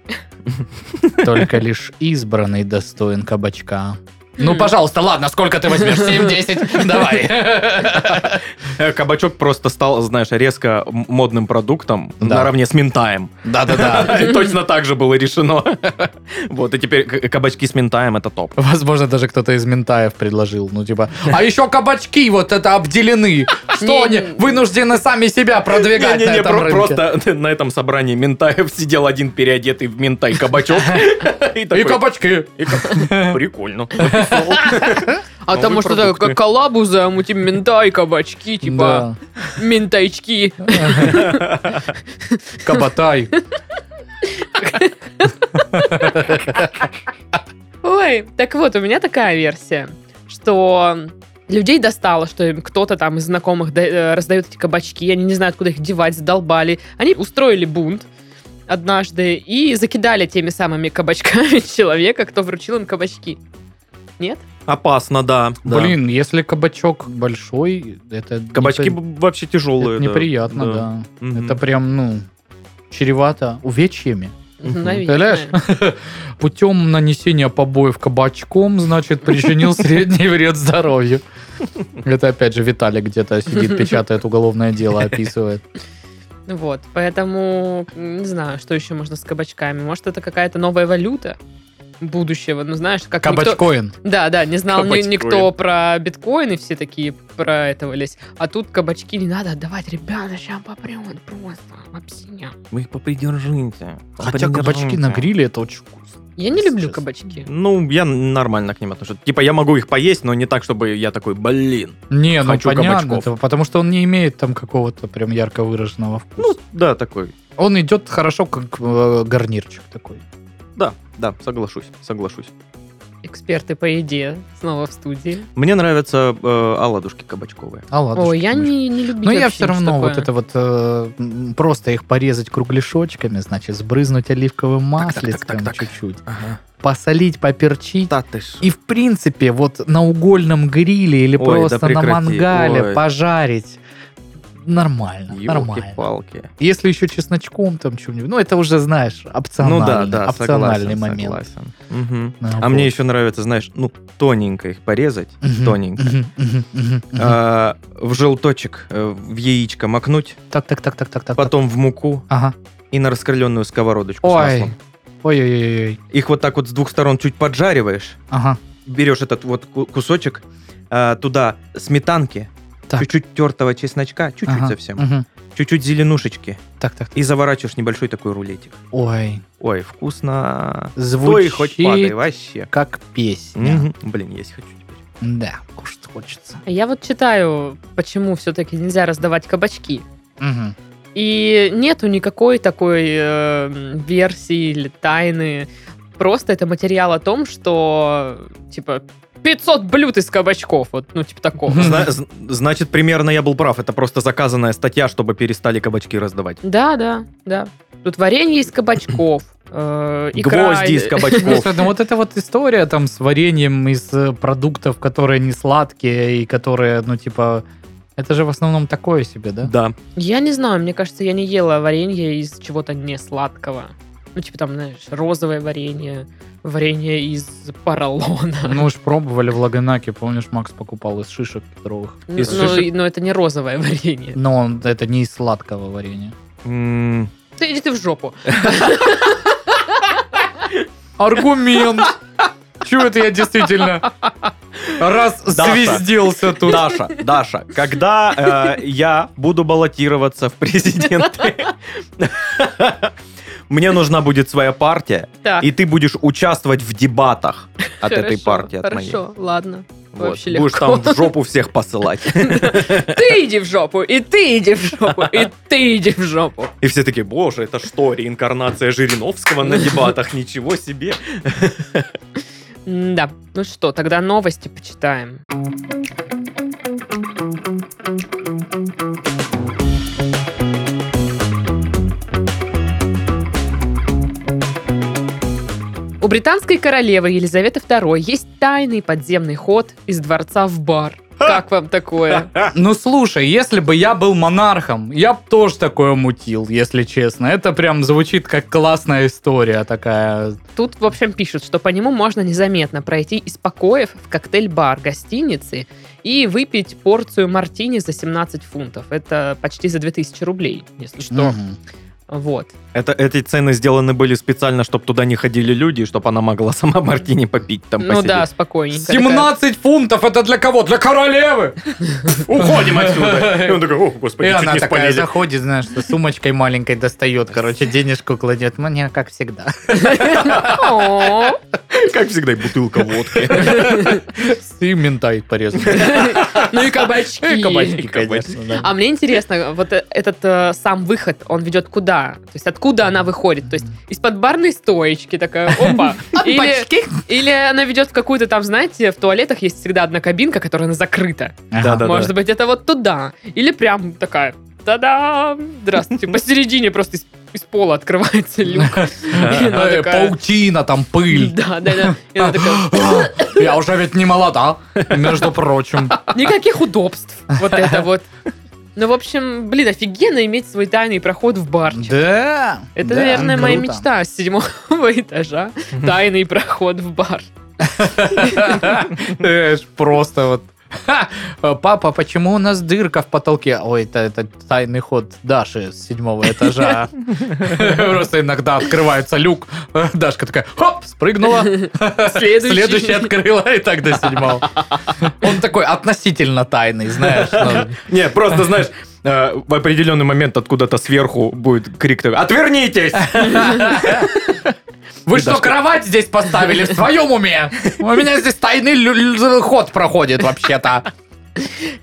Speaker 2: Только лишь избранный достоин кабачка. Ну, пожалуйста, ладно, сколько ты возьмешь? 7-10? Давай.
Speaker 3: Э, Кабачок просто стал, знаешь, резко м- модным продуктом
Speaker 2: Да.
Speaker 3: наравне с ментаем.
Speaker 2: Да-да-да.
Speaker 3: А, И Точно так же было решено. Вот, и теперь к- кабачки с ментаем это топ.
Speaker 2: Возможно, даже кто-то из ментаев предложил. Ну, типа, а еще кабачки вот это обделены. Что они
Speaker 1: Не-не.
Speaker 2: вынуждены сами себя продвигать на
Speaker 3: Не-не-не,
Speaker 2: этом
Speaker 3: про-
Speaker 2: рынке?
Speaker 3: просто на этом собрании ментаев сидел один переодетый в ментай кабачок. И
Speaker 2: И
Speaker 3: такой,
Speaker 2: кабачки.
Speaker 3: и каб- Прикольно.
Speaker 1: А там
Speaker 3: Новые
Speaker 1: может это
Speaker 3: продукты.
Speaker 1: как коллабу за у тебя ментай, кабачки, типа ментайчки.
Speaker 2: Да. Кабатай.
Speaker 1: Ой, так вот, у меня такая версия, что людей достало, что им кто-то там из знакомых да- э, раздает эти кабачки, они не знают, куда их девать, задолбали. Они устроили бунт однажды и закидали теми самыми кабачками человека, кто вручил им кабачки. Нет?
Speaker 3: Опасно, да. да.
Speaker 2: Блин, если кабачок большой, это...
Speaker 3: Кабачки
Speaker 2: непри-
Speaker 3: б- вообще
Speaker 2: это
Speaker 3: тяжелые. да.
Speaker 2: неприятно, да.
Speaker 3: Мгм.
Speaker 2: Это прям, ну, чревато увечьями.
Speaker 3: Мгм.
Speaker 1: Наверное.
Speaker 2: Путем нанесения побоев кабачком, значит, причинил средний вред здоровью. Это опять же Виталик где-то сидит, печатает уголовное дело, описывает.
Speaker 1: Вот, поэтому м, не знаю, что еще можно с кабачками. Может, это какая-то новая валюта будущего, ну знаешь, как никто-
Speaker 2: Кабачкоин.
Speaker 1: Да, да, не знал ни-
Speaker 3: Кабачкоин.
Speaker 1: никто про биткоины, все такие про этого лезь. А тут кабачки не надо отдавать, ребята, сейчас попрет просто, вообще.
Speaker 3: Вы их попридержите.
Speaker 2: Хотя кабачки
Speaker 3: попридержите.
Speaker 2: на гриле это очень вкусно.
Speaker 1: Я не люблю
Speaker 2: Сейчас.
Speaker 1: кабачки.
Speaker 3: Ну, я нормально к ним отношусь. Типа, я могу их поесть, но не так, чтобы я такой, блин.
Speaker 2: Не, ну
Speaker 3: Хочу
Speaker 2: понятно,
Speaker 3: кабачков.
Speaker 2: это потому что он не имеет там какого-то прям ярко выраженного вкуса.
Speaker 3: Ну, да, такой.
Speaker 2: Он идет хорошо как э, гарнирчик такой.
Speaker 3: Да, да, соглашусь, соглашусь.
Speaker 1: Эксперты по еде снова в студии.
Speaker 3: Мне нравятся э, оладушки кабачковые.
Speaker 2: А ладно.
Speaker 1: Ой,
Speaker 2: что
Speaker 1: я
Speaker 2: ты будешь.
Speaker 1: не, не люблю.
Speaker 2: Ну, я
Speaker 1: вообще
Speaker 2: все
Speaker 1: ничего
Speaker 2: равно вот
Speaker 1: такое.
Speaker 2: это вот э, м, просто их порезать кругляшочками, значит, сбрызнуть оливковым маслицем
Speaker 3: так, так.
Speaker 2: чуть-чуть, посолить, поперчить.
Speaker 3: Да ты ж.
Speaker 2: И, в принципе, вот на угольном гриле или
Speaker 3: Ой,
Speaker 2: просто на
Speaker 3: да прекрати,
Speaker 2: мангале
Speaker 3: ой.
Speaker 2: пожарить. Нормально, нормально.
Speaker 3: Ёлки-палки.
Speaker 2: Если еще чесночком там чем-нибудь. Ну, это уже, знаешь, опциональный,
Speaker 3: Ну да, да,
Speaker 2: опциональный
Speaker 3: согласен,
Speaker 2: момент.
Speaker 3: согласен. Мгм.
Speaker 2: Ну,
Speaker 3: А
Speaker 2: вот.
Speaker 3: мне еще нравится, знаешь, ну, тоненько их порезать,
Speaker 2: Мгм,
Speaker 3: тоненько.
Speaker 2: мгм, мгм, мгм, мгм.
Speaker 3: А, в желточек, э, в яичко макнуть,
Speaker 2: Так, так, так, так, так, так.
Speaker 3: потом в муку
Speaker 2: Ага.
Speaker 3: и на раскаленную сковородочку с
Speaker 2: Ой.
Speaker 3: маслом.
Speaker 2: Ой-ой-ой.
Speaker 3: Их вот так вот с двух сторон чуть поджариваешь,
Speaker 2: Ага.
Speaker 3: берешь этот вот ку- кусочек, а, туда сметанки,
Speaker 2: Так.
Speaker 3: чуть-чуть тертого чесночка, чуть-чуть
Speaker 2: ага,
Speaker 3: совсем,
Speaker 2: мгм.
Speaker 3: чуть-чуть зеленушечки
Speaker 2: Так, так, так.
Speaker 3: и заворачиваешь небольшой такой рулетик.
Speaker 2: Ой.
Speaker 3: Ой, вкусно. Стой,
Speaker 2: Звучит
Speaker 3: хоть падай, вообще.
Speaker 2: как песня.
Speaker 3: Мгм. Блин, есть хочу теперь.
Speaker 2: Да, кушать хочется.
Speaker 1: Я вот читаю, почему все-таки нельзя раздавать кабачки.
Speaker 2: Мгм.
Speaker 1: И нету никакой такой э, версии или тайны. Просто это материал о том, что типа 500 блюд из кабачков, вот, ну, типа такого.
Speaker 3: Зна- з- Значит, примерно я был прав. Это просто заказанная статья, чтобы перестали кабачки раздавать.
Speaker 1: Да, да, да. Тут варенье из кабачков. э, икра
Speaker 3: Гвозди из
Speaker 2: Слушай,
Speaker 3: кабачков.
Speaker 2: ну вот эта вот история там с вареньем из э, продуктов, которые не сладкие и которые, ну, типа, это же в основном такое себе, да?
Speaker 3: Да.
Speaker 1: Я не знаю, мне кажется, я не ела варенье из чего-то не сладкого. Ну, типа там, знаешь, розовое варенье, варенье из поролона.
Speaker 2: Ну, Мы уж пробовали в Лаганаке, помнишь, Макс покупал из шишек кедровых.
Speaker 1: Ну,
Speaker 3: из
Speaker 1: ну,
Speaker 3: шишек.
Speaker 1: и- но это не розовое варенье.
Speaker 2: Но он- это не из сладкого варенья.
Speaker 3: М,
Speaker 1: Ты иди ты в жопу.
Speaker 2: Аргумент! Чего это я действительно раз
Speaker 3: Даша.
Speaker 2: звездился тут?
Speaker 3: Даша, Даша, когда э, я буду баллотироваться в президенты, мне нужна будет своя партия,
Speaker 1: Так.
Speaker 3: и ты будешь участвовать в дебатах от этой
Speaker 1: Хорошо,
Speaker 3: партии, от моей.
Speaker 1: Хорошо, ладно.
Speaker 3: Вот.
Speaker 1: вообще
Speaker 3: Будешь
Speaker 1: легко.
Speaker 3: там в жопу всех посылать.
Speaker 1: Ты иди в жопу, и ты иди в жопу, и ты иди в жопу.
Speaker 3: И все такие, боже, это что, реинкарнация Жириновского на дебатах? Ничего себе.
Speaker 1: Да. Ну что, тогда новости почитаем. У британской королевы Елизаветы II есть тайный подземный ход из дворца в бар. Как вам такое?
Speaker 2: Ну слушай, если бы я был монархом, я бы тоже такое мутил, если честно. Это прям звучит как классная история такая.
Speaker 1: Тут, в общем, пишут, что по нему можно незаметно пройти из покоев в коктейль-бар гостиницы и выпить порцию мартини за 17 фунтов. Это почти за 2000 рублей, если что.
Speaker 2: Мгм.
Speaker 1: Вот.
Speaker 3: Это, эти цены сделаны были специально, чтобы туда не ходили люди, чтобы она могла сама мартини попить там
Speaker 1: Ну
Speaker 3: посидеть.
Speaker 1: да, спокойненько.
Speaker 2: 17 фунтов это для кого? Для королевы!
Speaker 3: Уходим отсюда. И он такой, о, господи,
Speaker 2: И
Speaker 3: чуть
Speaker 2: она
Speaker 3: не
Speaker 2: такая
Speaker 3: спалили.
Speaker 2: заходит, знаешь, что сумочкой маленькой достает, короче, денежку кладет. Мне как всегда.
Speaker 1: Такая, «О,
Speaker 3: Как всегда, и бутылка водки.
Speaker 2: И ментай порезал.
Speaker 1: Ну и кабачки.
Speaker 2: Кабачки, конечно, да.
Speaker 1: А мне интересно, вот э- этот э, сам выход, он ведет куда? То есть откуда она выходит? То есть из-под барной стоечки такая, опа. Или, или она ведет в какую-то там, знаете, в туалетах есть всегда одна кабинка, которая она закрыта.
Speaker 3: Да-да-да.
Speaker 1: Может быть, это вот туда. Или прям такая, та-дам, здравствуйте. Посередине просто из, из пола открывается люк. И она
Speaker 2: Э,
Speaker 1: такая-
Speaker 2: Паутина, там пыль.
Speaker 1: Да,
Speaker 2: А,
Speaker 1: да, да. И она такая,
Speaker 2: Я уже ведь не молода, между прочим.
Speaker 1: никаких удобств. Вот это вот. Ну, в общем, блин, офигенно иметь свой тайный проход в барчик.
Speaker 2: Да.
Speaker 1: Это,
Speaker 2: да,
Speaker 1: наверное, моя
Speaker 2: круто.
Speaker 1: мечта с седьмого этажа. Тайный проход в бар.
Speaker 2: Эш, Просто вот. Ха! Папа, почему у нас дырка в потолке? Ой, это, это тайный ход Даши с седьмого этажа. Просто иногда открывается люк. Дашка такая, хоп, спрыгнула.
Speaker 1: Следующий.
Speaker 2: Следующий открыла и так до седьмого. Он такой относительно тайный, знаешь. ну,
Speaker 3: Не, просто, знаешь, э, в определенный момент откуда-то сверху будет крик такой, отвернитесь!
Speaker 2: Вы
Speaker 3: И
Speaker 2: что,
Speaker 3: Дашка-
Speaker 2: кровать здесь поставили в своем уме? У меня здесь тайный лю- лю- ход проходит вообще-то.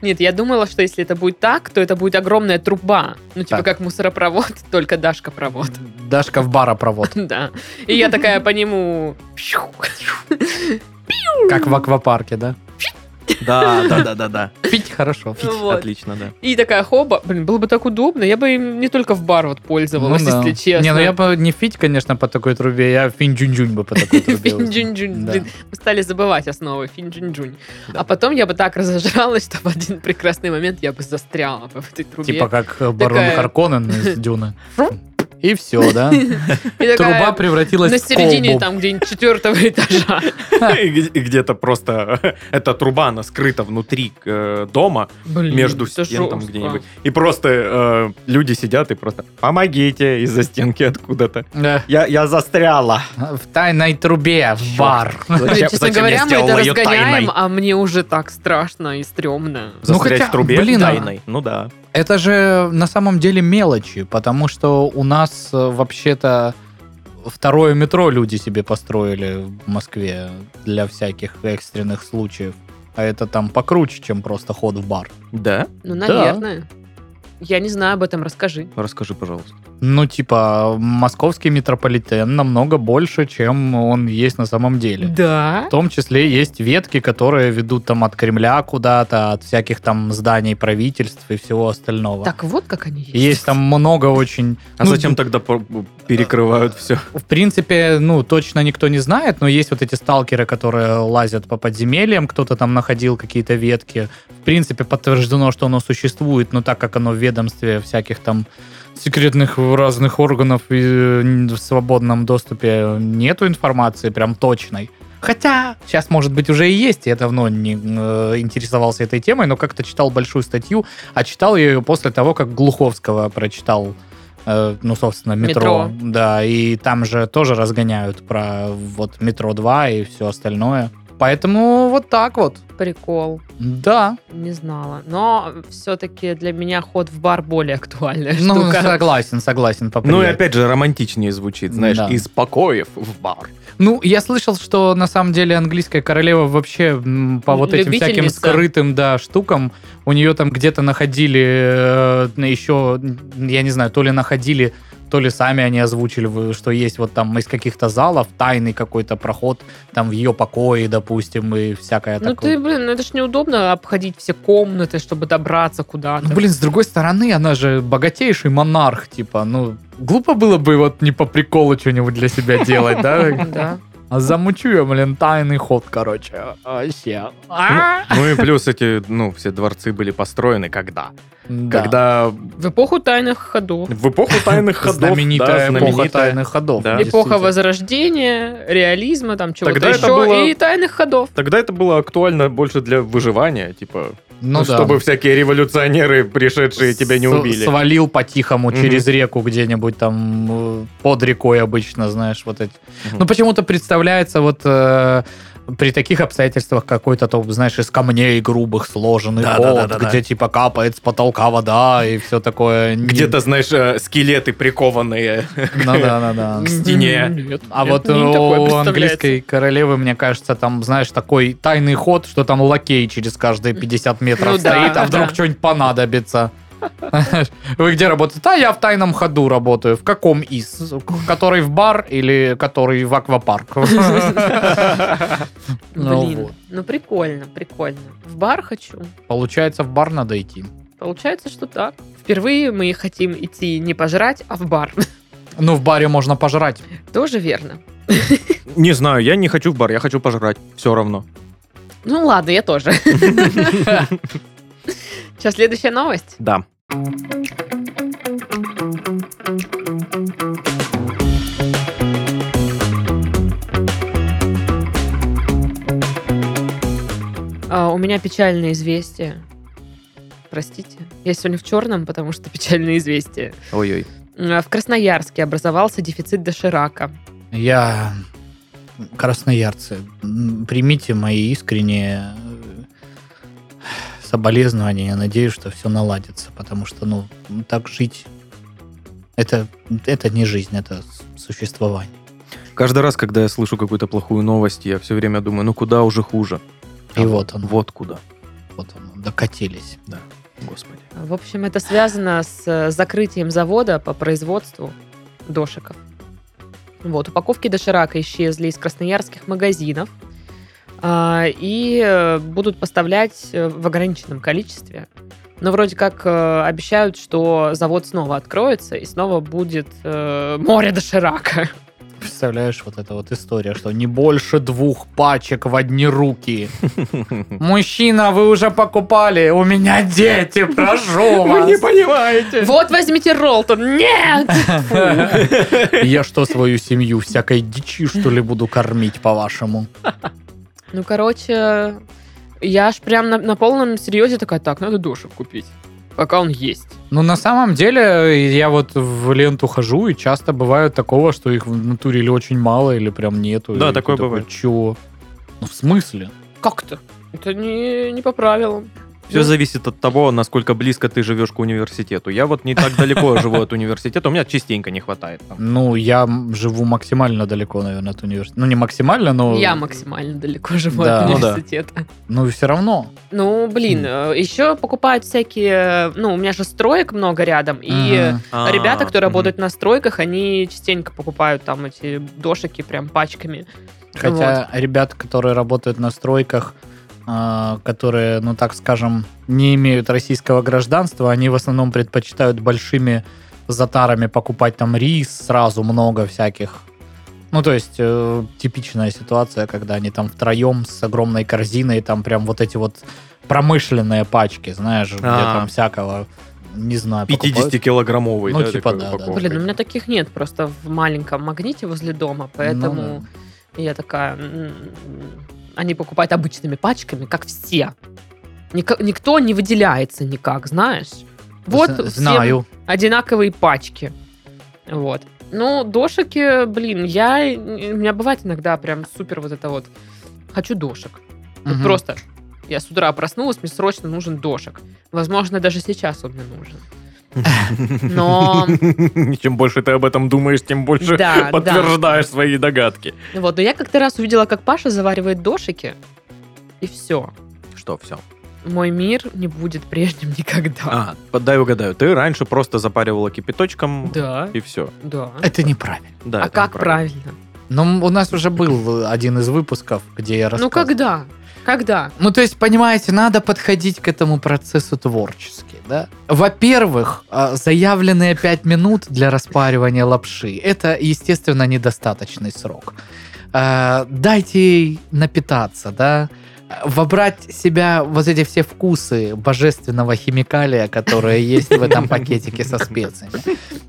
Speaker 1: Нет, я думала, что если это будет так, то это будет огромная труба. Ну, типа
Speaker 2: Так.
Speaker 1: как мусоропровод, только Дашка провод.
Speaker 2: Дашка в бара провод,
Speaker 1: Да. И я такая по нему... пью.
Speaker 2: как в аквапарке, да?
Speaker 3: Да, да, да, да, да.
Speaker 2: Пить хорошо.
Speaker 1: Ну вот.
Speaker 3: Отлично, да.
Speaker 1: И такая хоба. Блин, было бы так удобно. Я бы им не только в бар вот пользовалась,
Speaker 2: Ну да.
Speaker 1: если честно.
Speaker 2: Не, ну я бы не фить, конечно, по такой трубе, я финь-джунь-джунь бы по такой трубе.
Speaker 1: Финь-джунь-джунь.
Speaker 2: Да.
Speaker 1: Блин, мы стали забывать основы финь-джунь-джунь.
Speaker 3: Да.
Speaker 1: А потом я бы так разожралась, что в один прекрасный момент я бы застряла бы в этой трубе.
Speaker 2: Типа как э, барон
Speaker 1: Такая.
Speaker 2: Харконен из Дюны. И все, да?
Speaker 1: И такая
Speaker 2: Труба превратилась
Speaker 1: на
Speaker 2: в
Speaker 1: середине
Speaker 2: колбу.
Speaker 1: там где-нибудь четвертого этажа.
Speaker 3: И г- и где-то просто э, эта труба, она скрыта внутри э, дома,
Speaker 1: Блин,
Speaker 3: между
Speaker 1: это
Speaker 3: стен там
Speaker 1: жестко.
Speaker 3: где-нибудь. И просто э, люди сидят и просто «помогите» из-за стенки откуда-то.
Speaker 2: Да.
Speaker 3: Я, я застряла.
Speaker 2: Э, В тайной трубе, в бар.
Speaker 1: Блин,
Speaker 3: Зачем-
Speaker 1: честно
Speaker 3: зачем я
Speaker 1: говоря, мы
Speaker 3: сделала
Speaker 1: это
Speaker 3: её
Speaker 1: разгоняем,
Speaker 3: тайной?
Speaker 1: а мне уже так страшно и стрёмно.
Speaker 2: Ну,
Speaker 3: Застрять
Speaker 2: хотя,
Speaker 3: в трубе
Speaker 2: блин, а-
Speaker 3: тайной. Ну да.
Speaker 2: Это же на самом деле мелочи, потому что у нас э, вообще-то второе метро люди себе построили в Москве для всяких экстренных случаев. А это там покруче, чем просто ход в бар.
Speaker 3: Да?
Speaker 1: Ну, наверное. Я не знаю об этом, расскажи.
Speaker 3: Расскажи, пожалуйста.
Speaker 2: Ну, типа, московский метрополитен намного больше, чем он есть на самом деле.
Speaker 1: Да?
Speaker 2: В том числе есть ветки, которые ведут там от Кремля куда-то, от всяких там зданий правительств и всего остального.
Speaker 1: Так вот, как они есть.
Speaker 2: Есть там много очень...
Speaker 3: А
Speaker 2: ну,
Speaker 3: зачем тогда по- перекрывают все?
Speaker 2: В принципе, ну, точно никто не знает, но есть вот эти сталкеры, которые лазят по подземельям, кто-то там находил какие-то ветки. В принципе, подтверждено, что оно существует, но так как оно в ведомстве всяких там секретных разных органов и э, в свободном доступе нету информации прям точной. Хотя сейчас, может быть, уже и есть. Я давно не э, интересовался этой темой, но как-то читал большую статью, а читал я ее после того, как Глуховского прочитал, э, ну, собственно, метро.
Speaker 1: Метро.
Speaker 2: Да, и там же тоже разгоняют про вот метро 2 и все остальное. Поэтому вот так вот.
Speaker 1: Прикол.
Speaker 2: Да,
Speaker 1: Не знала. Но все-таки для меня ход в бар более актуальная
Speaker 2: ну,
Speaker 1: штука.
Speaker 2: согласен, согласен.
Speaker 3: Ну и
Speaker 2: поприятнее.
Speaker 3: опять же романтичнее звучит, знаешь,
Speaker 2: Да.
Speaker 3: из покоев в бар.
Speaker 2: Ну, я слышал, что на самом деле английская королева вообще м, по вот этим всяким
Speaker 1: Любительница.
Speaker 2: скрытым, да, штукам, у нее там где-то находили э, еще, м, я не знаю, то ли находили, то ли сами они озвучили, в- что есть вот там из каких-то залов тайный какой-то проход, там в ее покое, допустим, и всякое
Speaker 1: Ну
Speaker 2: такое.
Speaker 1: ты, блин, ну это ж неудобно обходить все комнаты, чтобы добраться куда-то.
Speaker 2: Ну, блин, с другой стороны, она же богатейший монарх, типа, ну, глупо было бы вот не по приколу что-нибудь для себя делать, да?
Speaker 1: Да.
Speaker 2: Замучу я, блин, тайный ход, короче. Вообще. А?
Speaker 3: Ну и плюс эти, ну, все дворцы были построены когда?
Speaker 2: Да.
Speaker 3: Когда
Speaker 1: В эпоху тайных ходов.
Speaker 3: в эпоху тайных ходов. да,
Speaker 2: Знаменитая эпоха
Speaker 3: знаменитая.
Speaker 2: тайных ходов.
Speaker 3: Да.
Speaker 1: Эпоха
Speaker 2: действительно.
Speaker 1: возрождения, реализма, там чего-то
Speaker 3: Тогда это
Speaker 1: еще,
Speaker 3: было-
Speaker 1: и тайных ходов.
Speaker 3: Тогда это было актуально больше для выживания, типа,
Speaker 2: Ну да.
Speaker 3: чтобы всякие революционеры, пришедшие, тебя не
Speaker 2: С-
Speaker 3: убили.
Speaker 2: Свалил по-тихому
Speaker 3: Мгм.
Speaker 2: через реку где-нибудь там э, под рекой обычно, знаешь, вот эти.
Speaker 3: Мгм.
Speaker 2: Ну почему-то представляется вот э, при таких обстоятельствах какой-то, то, знаешь, из камней грубых сложенный
Speaker 3: Да,
Speaker 2: ход,
Speaker 3: да, да, да, да.
Speaker 2: где типа капает с потолка вода и все такое. Не-
Speaker 3: Где-то, знаешь, э, скелеты прикованные.
Speaker 2: Ну да, да, да.
Speaker 1: М,
Speaker 3: стене.
Speaker 1: нет,
Speaker 2: А
Speaker 1: нет,
Speaker 2: вот
Speaker 1: мне ну, не
Speaker 2: э,
Speaker 1: такое
Speaker 2: у
Speaker 1: представляется.
Speaker 2: английской королевы, мне кажется, там, знаешь, такой тайный ход, что там лакей через каждые 50 метров
Speaker 1: Ну да,
Speaker 2: стоит, а вдруг
Speaker 1: да.
Speaker 2: что-нибудь понадобится. Вы где работаете? А я в тайном ходу работаю. В каком из? Который в бар или который в аквапарк? Ну
Speaker 1: Блин,
Speaker 2: вот.
Speaker 1: ну прикольно, прикольно. В бар хочу.
Speaker 2: Получается, в бар надо идти.
Speaker 1: Получается, что так. Впервые мы хотим идти не пожрать, а в бар.
Speaker 2: Ну, в баре можно пожрать.
Speaker 1: Тоже верно.
Speaker 3: Не знаю, я не хочу в бар, я хочу пожрать. Все равно.
Speaker 1: Ну ладно, я тоже. Сейчас следующая новость.
Speaker 3: Да.
Speaker 1: А, у меня печальное известие. Простите. Я сегодня в черном, потому что печальное известие.
Speaker 3: Ой-ой.
Speaker 1: А, В Красноярске образовался дефицит доширака.
Speaker 2: Я... Красноярцы, м, примите мои искренние э, соболезнования. Я надеюсь, что все наладится, потому что, ну, так жить... Это, это не жизнь, это с- существование.
Speaker 3: Каждый раз, когда я слышу какую-то плохую новость, я все время думаю, ну куда уже хуже.
Speaker 2: И вот он.
Speaker 3: Вот куда.
Speaker 2: Вот оно, докатились.
Speaker 3: Господи.
Speaker 1: В общем, это связано с э, закрытием завода по производству дошиков. Вот, упаковки доширака исчезли из красноярских магазинов а, и э, будут поставлять э, в ограниченном количестве. Но вроде как э, обещают, что завод снова откроется и снова будет э, море доширака.
Speaker 2: Представляешь, вот эта вот история, что не больше двух пачек в одни руки. Мужчина, вы уже покупали, у меня дети, прошу вас.
Speaker 3: понимаете.
Speaker 1: Вот возьмите Ролтон. Нет!
Speaker 2: Я что, свою семью всякой дичи, что ли, буду кормить, по-вашему?
Speaker 1: Ну, короче, я аж прям на, на полном серьезе такая, так, надо дошик купить, пока он есть.
Speaker 2: Ну, на самом деле, я вот в ленту хожу, и часто бывает такого, что их в натуре или очень мало, или прям нету.
Speaker 3: Да,
Speaker 2: И ты
Speaker 3: такое
Speaker 2: такой,
Speaker 3: бывает.
Speaker 2: Чего? Ну, в смысле?
Speaker 1: Как-то. Это не, не по правилам.
Speaker 3: Все зависит от того, насколько близко ты живешь к университету. Я вот не так далеко живу от университета, у меня частенько не хватает. там.
Speaker 2: Ну, я м, живу максимально далеко, наверное, от университета. Ну, не максимально, но...
Speaker 1: Я максимально далеко живу
Speaker 2: Да.
Speaker 1: от
Speaker 3: Ну да. Хм.
Speaker 1: университета. Ну,
Speaker 2: Ну, все равно.
Speaker 1: блин, еще покупают всякие... Ну, у меня же строек много рядом, и
Speaker 2: Ага.
Speaker 3: А,
Speaker 1: ребята, кто
Speaker 3: мгм.
Speaker 1: работают на стройках, они частенько покупают там эти дошики прям пачками.
Speaker 2: Хотя ребят, которые работают на стройках, а, которые, ну так скажем, не имеют российского гражданства, они в основном предпочитают большими затарами покупать там рис сразу много всяких. Ну, то есть, э, типичная ситуация, когда они там втроем с огромной корзиной, там прям вот эти вот промышленные пачки, знаешь, где
Speaker 3: А.
Speaker 2: там всякого, не знаю, покупают.
Speaker 3: 50-килограммовый,
Speaker 2: Ну,
Speaker 3: да,
Speaker 2: типа
Speaker 3: такой
Speaker 2: да, да, да.
Speaker 3: упаковкой.
Speaker 1: Блин, у меня таких нет просто в маленьком магните возле дома, поэтому...
Speaker 2: Ну да.
Speaker 1: Я такая, «М, м, они покупают обычными пачками, как все. Ника- никто не выделяется никак, знаешь? Вот
Speaker 2: З-
Speaker 1: всем
Speaker 2: Знаю.
Speaker 1: одинаковые пачки. Вот. Ну, дошики, блин, я... У меня бывает иногда прям супер вот это вот. Хочу дошик. Вот
Speaker 2: Мгм.
Speaker 1: Просто я с утра проснулась, мне срочно нужен дошик. Возможно, даже сейчас он мне нужен. Но
Speaker 3: Чем больше ты об этом думаешь, тем больше
Speaker 1: А, Да, да.
Speaker 3: подтверждаешь свои догадки.
Speaker 1: вот, но я как-то раз увидела, как Паша заваривает дошики, и все.
Speaker 3: Что, все?
Speaker 1: мой мир не будет прежним никогда.
Speaker 3: А, дай угадаю, ты раньше просто запаривала кипяточком
Speaker 1: Да,
Speaker 3: и все.
Speaker 1: да.
Speaker 2: Это неправильно.
Speaker 3: Да,
Speaker 1: А
Speaker 3: это
Speaker 1: как
Speaker 3: неправильно.
Speaker 1: правильно?
Speaker 2: Ну, у нас уже был один из выпусков, где я
Speaker 1: Ну
Speaker 2: рассказывал.
Speaker 1: когда? Когда?
Speaker 2: Ну, то есть, понимаете, надо подходить к этому процессу творчески, да? Во-первых, а, заявленные 5 минут для распаривания лапши – это, естественно, недостаточный срок. э, дайте ей напитаться, да, вобрать в себя вот эти все вкусы божественного химикалия, которые есть в этом пакетике со специями.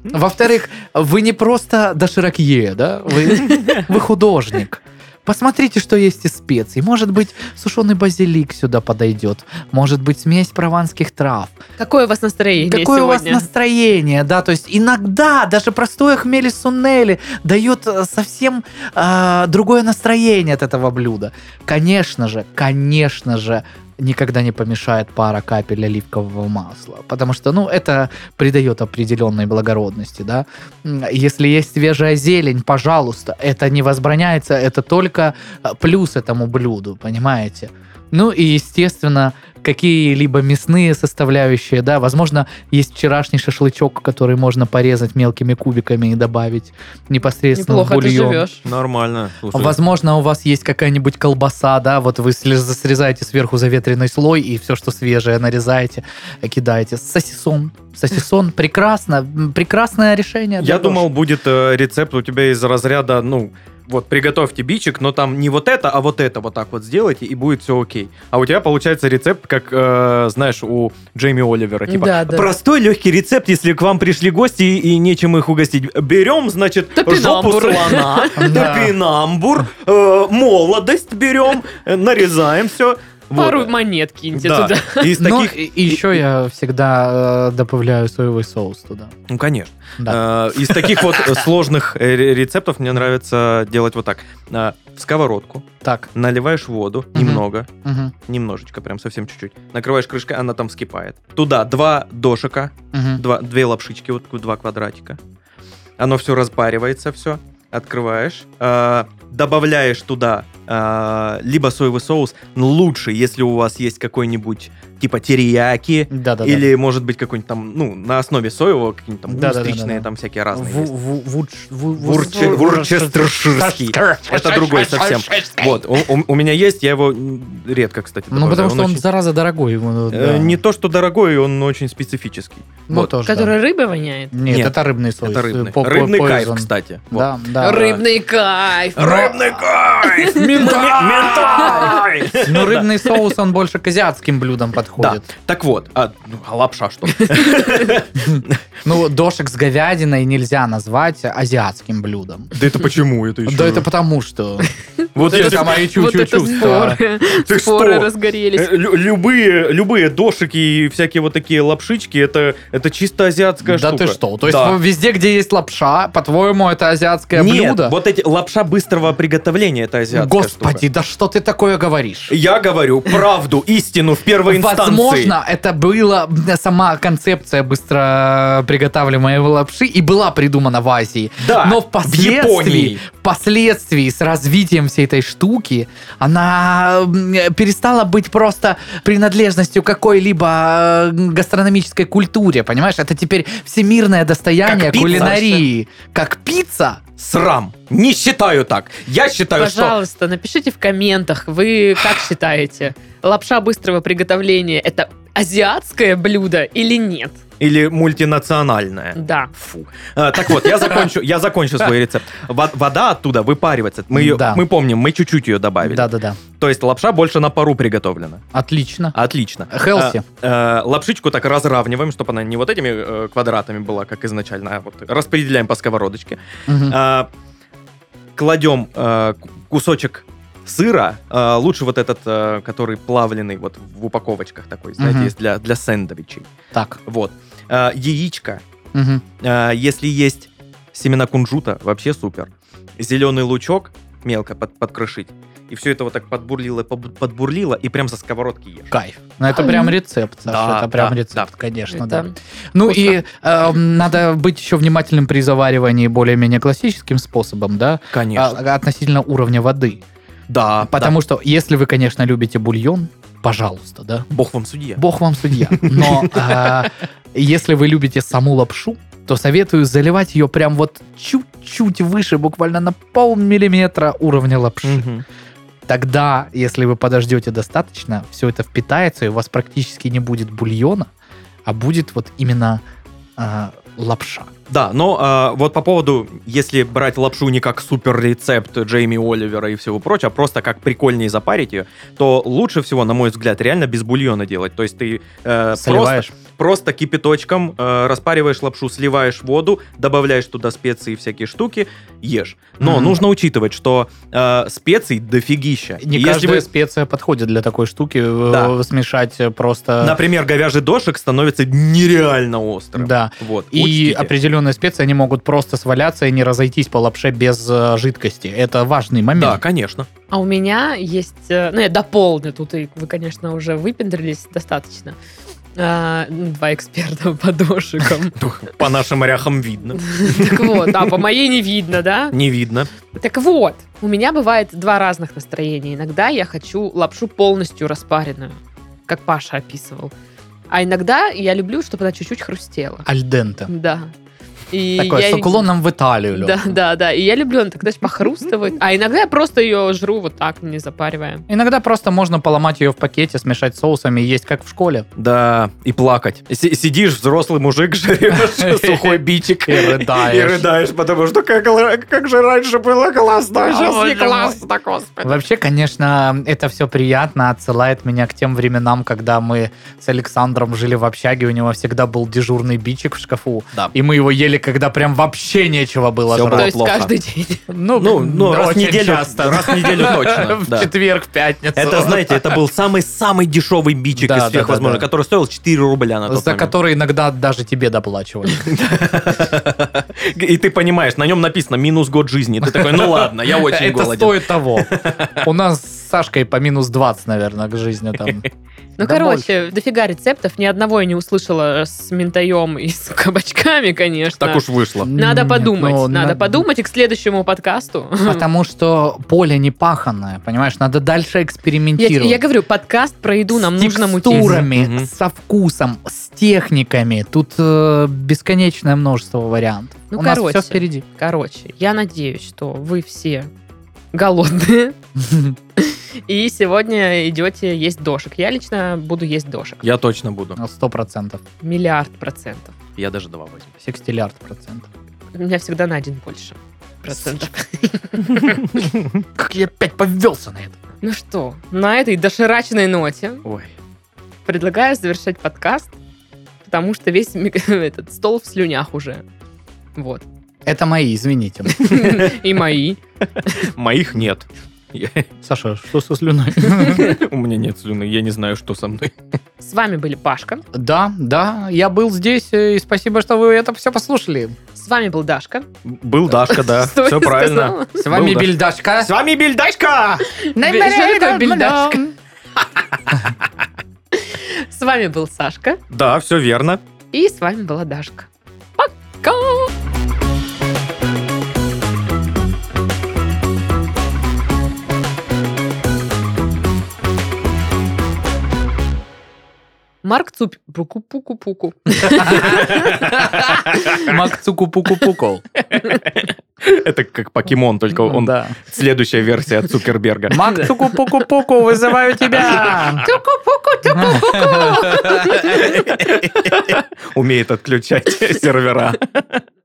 Speaker 2: Во-вторых, вы не просто доширакье, да, вы, вы художник. Посмотрите, что есть из специй. Может быть, сушеный базилик сюда подойдет. Может быть, смесь прованских трав.
Speaker 1: Какое у вас настроение
Speaker 2: Какое у вас
Speaker 1: сегодня?
Speaker 2: настроение, да, то есть иногда даже простое хмели суннели дает э, совсем э, другое настроение от этого блюда. Конечно же, конечно же, никогда не помешает пара капель оливкового масла, потому что, ну, это придает определенной благородности, да. М, Если есть свежая зелень, пожалуйста, это не возбраняется, это только э, плюс этому блюду, понимаете? Ну и, естественно, какие-либо мясные составляющие, да, возможно, есть вчерашний шашлычок, который можно порезать мелкими кубиками и добавить непосредственно
Speaker 1: Неплохо
Speaker 2: в
Speaker 1: ты
Speaker 2: бульон.
Speaker 1: живешь.
Speaker 3: Нормально. слушай.
Speaker 2: Возможно, у вас есть какая-нибудь колбаса, да, вот вы слез- срезаете сверху заветренный слой и все, что свежее, нарезаете, кидаете. Сосисон. Сосисон. Прекрасно. М, Прекрасное решение.
Speaker 3: Я
Speaker 2: Даша.
Speaker 3: думал, будет э, рецепт у тебя из разряда, ну, вот приготовьте бичик, но там не вот это, а вот это вот так вот сделайте, и будет все окей. А у тебя получается рецепт, как, э, знаешь, у Джейми Оливера. Типа,
Speaker 1: Да, да.
Speaker 3: простой легкий рецепт, если к вам пришли гости и нечем их угостить. Берем, значит, жопу
Speaker 1: Топинамбур.
Speaker 3: слона,
Speaker 2: Да.
Speaker 3: топинамбур, э, молодость берем, э, нарезаем все.
Speaker 1: Пару монет киньте туда.
Speaker 3: И из
Speaker 2: Но
Speaker 3: таких...
Speaker 2: и, еще я всегда э, добавляю соевый соус туда.
Speaker 3: Ну, конечно.
Speaker 2: Да.
Speaker 3: Э, Из таких вот э, сложных э, ре- рецептов мне нравится делать вот так. Э, В сковородку
Speaker 2: Так.
Speaker 3: наливаешь воду
Speaker 2: Мгм.
Speaker 3: немного,
Speaker 2: Мгм.
Speaker 3: немножечко, прям совсем чуть-чуть. Накрываешь крышкой, она там вскипает. Туда два дошика,
Speaker 2: Мгм.
Speaker 3: два, две лапшички, вот такую, два квадратика. Оно все распаривается, все. Открываешь, э, добавляешь туда э, либо соевый соус, но лучше, если у вас есть какой-нибудь типа терияки,
Speaker 2: Да-да-да.
Speaker 3: или, может быть, какой-нибудь там, ну, на основе соевого, какие-нибудь там
Speaker 2: Да-да-да-да-да.
Speaker 3: устричные, там всякие разные.
Speaker 2: Ву-
Speaker 3: есть.
Speaker 2: ву- вуч- ву- ву-
Speaker 3: Вурче-
Speaker 2: ву-
Speaker 3: вурчестерширский. Это другой совсем. Вот, у, у- у меня есть, я его м, редко, кстати,
Speaker 2: Ну, потому
Speaker 3: добавляю.
Speaker 2: что он,
Speaker 3: очень-
Speaker 2: зараза, дорогой. ему,
Speaker 3: Э,
Speaker 2: да.
Speaker 3: Не то, что дорогой, он очень специфический.
Speaker 2: Ну,
Speaker 3: вот.
Speaker 2: тоже, да.
Speaker 1: Который рыбой воняет.
Speaker 2: Нет,
Speaker 3: Нет,
Speaker 2: это рыбный соус. э,
Speaker 3: Это рыбный.
Speaker 2: По- по-
Speaker 3: Рыбный кайф,
Speaker 2: poison.
Speaker 3: кстати. Вот.
Speaker 2: Да, да.
Speaker 1: Рыбный кайф.
Speaker 3: Рыбный кайф!
Speaker 2: Ментай!
Speaker 3: Ментай!
Speaker 2: Но Ну, рыбный соус, он больше к азиатским блюдам
Speaker 3: Да,
Speaker 2: подходит.
Speaker 3: так вот, а, ну, а лапша что?
Speaker 2: Ну, дошик с говядиной нельзя назвать азиатским блюдом.
Speaker 3: Да это почему? Это
Speaker 2: Да это потому что.
Speaker 3: Вот
Speaker 2: это
Speaker 3: если-
Speaker 2: самое
Speaker 1: Вот это
Speaker 2: чувство.
Speaker 1: споры.
Speaker 3: Ты
Speaker 1: Споры
Speaker 3: что?
Speaker 1: разгорелись.
Speaker 3: Э, лю- Любые, любые дошики и всякие вот такие лапшички, это, это чисто азиатская
Speaker 2: Да
Speaker 3: штука.
Speaker 2: ты что? То есть
Speaker 3: Да.
Speaker 2: везде, где есть лапша, по-твоему, это азиатское
Speaker 3: Нет,
Speaker 2: блюдо?
Speaker 3: вот эти лапша быстрого приготовления, это азиатская
Speaker 2: Господи,
Speaker 3: штука.
Speaker 2: да что ты такое говоришь?
Speaker 3: Я говорю правду, истину в первой инстанции.
Speaker 2: Возможно, это была сама концепция быстро приготавливаемой лапши и была придумана в Азии.
Speaker 3: Да,
Speaker 2: Но
Speaker 3: в
Speaker 2: впоследствии,
Speaker 3: Японии.
Speaker 2: впоследствии с развитием всей этой штуки она м, перестала быть просто принадлежностью какой-либо э, гастрономической культуре, понимаешь? Это теперь всемирное достояние
Speaker 3: Как пицца.
Speaker 2: кулинарии. Как пицца?
Speaker 3: Срам. Не считаю так. а Я считаю,
Speaker 1: Пожалуйста, напишите в комментах, вы как считаете, лапша быстрого приготовления – это азиатское блюдо или нет?
Speaker 3: что... Или мультинациональное.
Speaker 1: Да.
Speaker 3: Фу. Э, так вот, я закончу, я закончу свой рецепт. Во- Вода оттуда выпаривается. Мы, ее,
Speaker 2: Да.
Speaker 3: мы помним, мы чуть-чуть ее добавили.
Speaker 2: Да-да-да.
Speaker 3: То есть лапша больше на пару приготовлена.
Speaker 2: Отлично.
Speaker 3: Отлично.
Speaker 2: Хелси.
Speaker 3: Э, э, лапшичку так разравниваем, чтобы она не вот этими э, квадратами была, как изначально, а вот распределяем по сковородочке.
Speaker 2: Мгм.
Speaker 3: А, кладем э, ку- кусочек сыра, э, лучше вот этот, э, который плавленый вот в упаковочках такой, знаете,
Speaker 2: Мгм.
Speaker 3: есть для, для сэндвичей.
Speaker 2: Так.
Speaker 3: Вот. Э, яичко.
Speaker 2: Мгм.
Speaker 3: Э, если есть семена кунжута, вообще супер. Зеленый лучок мелко под, подкрошить. И все это вот так подбурлило, побу- подбурлило, и прям со сковородки ешь.
Speaker 2: Кайф. Ну, это прям рецепт, Саша,
Speaker 3: Да,
Speaker 2: это прям
Speaker 3: да,
Speaker 2: рецепт, конечно, да.
Speaker 1: Это-
Speaker 2: Ну и э, надо быть еще внимательным при заваривании более-менее классическим способом, да,
Speaker 3: Конечно.
Speaker 2: а- относительно уровня воды.
Speaker 3: А, да,
Speaker 2: Потому что если вы, конечно, любите бульон, пожалуйста, да,
Speaker 3: да. Бог вам судья.
Speaker 2: бог вам судья. Но э, если вы любите саму лапшу, то советую заливать ее прям вот чуть-чуть выше, буквально на полмиллиметра уровня лапши.
Speaker 3: Мгм.
Speaker 2: Тогда, если вы подождете достаточно, все это впитается, и у вас практически не будет бульона, а будет вот именно э, а, лапша.
Speaker 3: Да, но а, вот по поводу, если брать лапшу не как супер рецепт Джейми Оливера и всего прочего, а просто как прикольнее запарить ее, то лучше всего, на мой взгляд, реально без бульона делать. То есть ты э, просто,
Speaker 2: Сливаешь.
Speaker 3: просто кипяточком э, распариваешь лапшу, сливаешь воду, добавляешь туда специи и всякие штуки, ешь. Но
Speaker 2: Мгм.
Speaker 3: нужно учитывать, что э, специй дофигища.
Speaker 2: Не
Speaker 3: И если
Speaker 2: каждая
Speaker 3: вы,
Speaker 2: специя подходит для такой штуки. э,
Speaker 3: Да.
Speaker 2: Смешать э, просто...
Speaker 3: например, говяжий дошик становится нереально острым.
Speaker 2: э, Да.
Speaker 3: Вот,
Speaker 2: И
Speaker 3: учтите.
Speaker 2: определенные специи, они могут просто сваляться и не разойтись по лапше без э, жидкости. Это важный
Speaker 3: Да,
Speaker 2: момент.
Speaker 3: конечно.
Speaker 1: А у меня есть... э, Ну, я дополню, тут и вы, конечно, уже выпендрились достаточно. А, ну, Два эксперта по дошикам.
Speaker 3: По нашим моряхам видно.
Speaker 1: Так вот, да, по моей не видно, да?
Speaker 3: Не видно.
Speaker 1: Так вот, у меня бывает два разных настроения. Иногда я хочу лапшу полностью распаренную, как Паша описывал. А иногда я люблю, чтобы она чуть-чуть хрустела.
Speaker 2: Альдента.
Speaker 1: Да. И
Speaker 2: Такое,
Speaker 1: я-
Speaker 2: с уклоном в Италию. Лёш.
Speaker 1: Да, да, да. И я люблю, она так, знаешь, похрустывает. А иногда я просто ее жру вот так, не запаривая.
Speaker 2: Иногда просто можно поломать ее в пакете, смешать с соусами и есть, как в школе.
Speaker 3: Да, и плакать. Си- сидишь, взрослый мужик, жрешь сухой бичик
Speaker 2: И рыдаешь.
Speaker 3: И рыдаешь, потому что как, л- как же раньше было классно, а сейчас не
Speaker 2: боже мой.
Speaker 3: классно, господи.
Speaker 2: Вообще, конечно, это все приятно, отсылает меня к тем временам, когда мы с Александром жили в общаге, у него всегда был дежурный бичик в шкафу,
Speaker 3: Да.
Speaker 2: и мы его ели, когда прям вообще нечего было
Speaker 3: Всё
Speaker 2: жрать.
Speaker 3: было
Speaker 1: То есть
Speaker 3: плохо.
Speaker 1: каждый день.
Speaker 3: Ну, ну, раз в
Speaker 2: очень
Speaker 3: неделю-
Speaker 2: часто.
Speaker 3: раз в неделю точно,
Speaker 2: В
Speaker 3: да.
Speaker 2: четверг, в пятницу.
Speaker 3: Это, знаете, это был самый-самый дешевый бичик
Speaker 2: Да,
Speaker 3: из
Speaker 2: да,
Speaker 3: всех
Speaker 2: да,
Speaker 3: возможных,
Speaker 2: да.
Speaker 3: который стоил 4 рубля на тот
Speaker 2: За
Speaker 3: момент.
Speaker 2: который иногда даже тебе доплачивали.
Speaker 3: И ты понимаешь, на нем написано минус год жизни. Ты такой, ну ладно, я очень
Speaker 2: Это
Speaker 3: голоден.
Speaker 2: стоит того. У нас с Сашкой по минус 20, наверное, к жизни там.
Speaker 1: Ну,
Speaker 2: Да
Speaker 1: короче, дофига рецептов. Ни одного я не услышала с ментаем и с кабачками, конечно.
Speaker 3: Так уж вышло.
Speaker 1: Надо
Speaker 2: Нет,
Speaker 1: подумать,
Speaker 2: ну,
Speaker 1: надо
Speaker 2: на-
Speaker 1: подумать и к следующему подкасту.
Speaker 2: Потому что поле не паханное, понимаешь? Надо дальше
Speaker 1: Я,
Speaker 2: экспериментировать.
Speaker 1: я говорю, подкаст про еду нам
Speaker 2: с
Speaker 1: нужно мутить.
Speaker 2: текстурами,
Speaker 3: Мгм.
Speaker 2: со вкусом, с техниками. Тут э, бесконечное множество вариантов.
Speaker 1: Ну,
Speaker 2: У
Speaker 1: короче.
Speaker 2: нас все впереди.
Speaker 1: Короче, я надеюсь, что вы все голодные и сегодня идете есть дошек. Я лично буду есть дошек.
Speaker 3: Я точно буду.
Speaker 2: На Сто процентов.
Speaker 1: Миллиард процентов.
Speaker 3: Я даже два возьму.
Speaker 2: Секстиллиард процентов.
Speaker 1: У меня всегда на один больше процентов.
Speaker 2: Как я опять повелся на это.
Speaker 1: Ну что, на этой доширачной ноте
Speaker 3: Ой.
Speaker 1: предлагаю завершать подкаст, потому что весь мик- этот стол в слюнях уже. Вот.
Speaker 2: Это мои, извините.
Speaker 1: И мои.
Speaker 3: Моих нет. Я-
Speaker 2: Саша, что со слюной?
Speaker 3: У меня нет слюны, я не знаю, что со мной.
Speaker 1: С вами были Пашка.
Speaker 2: Да, да, я был здесь, э, и спасибо, что вы это все послушали.
Speaker 1: С вами был Дашка.
Speaker 3: Был Дашка, да.
Speaker 1: Что
Speaker 3: Все
Speaker 1: я
Speaker 3: правильно.
Speaker 1: сказала?
Speaker 2: С вами
Speaker 3: Был, да.
Speaker 2: Бильдашка.
Speaker 3: С вами Бильдашка!
Speaker 1: Бежит, а Бильдашка. С вами был Сашка.
Speaker 3: Да, все верно.
Speaker 1: И с вами была Дашка. Пока! Марк Цуп... Пуку-пуку-пуку.
Speaker 2: Макцуку-пуку-пукол.
Speaker 3: Это как покемон, только он
Speaker 2: Да.
Speaker 3: следующая версия от Цукерберга.
Speaker 2: Макцуку-пуку-пуку, вызываю тебя.
Speaker 3: Умеет отключать сервера.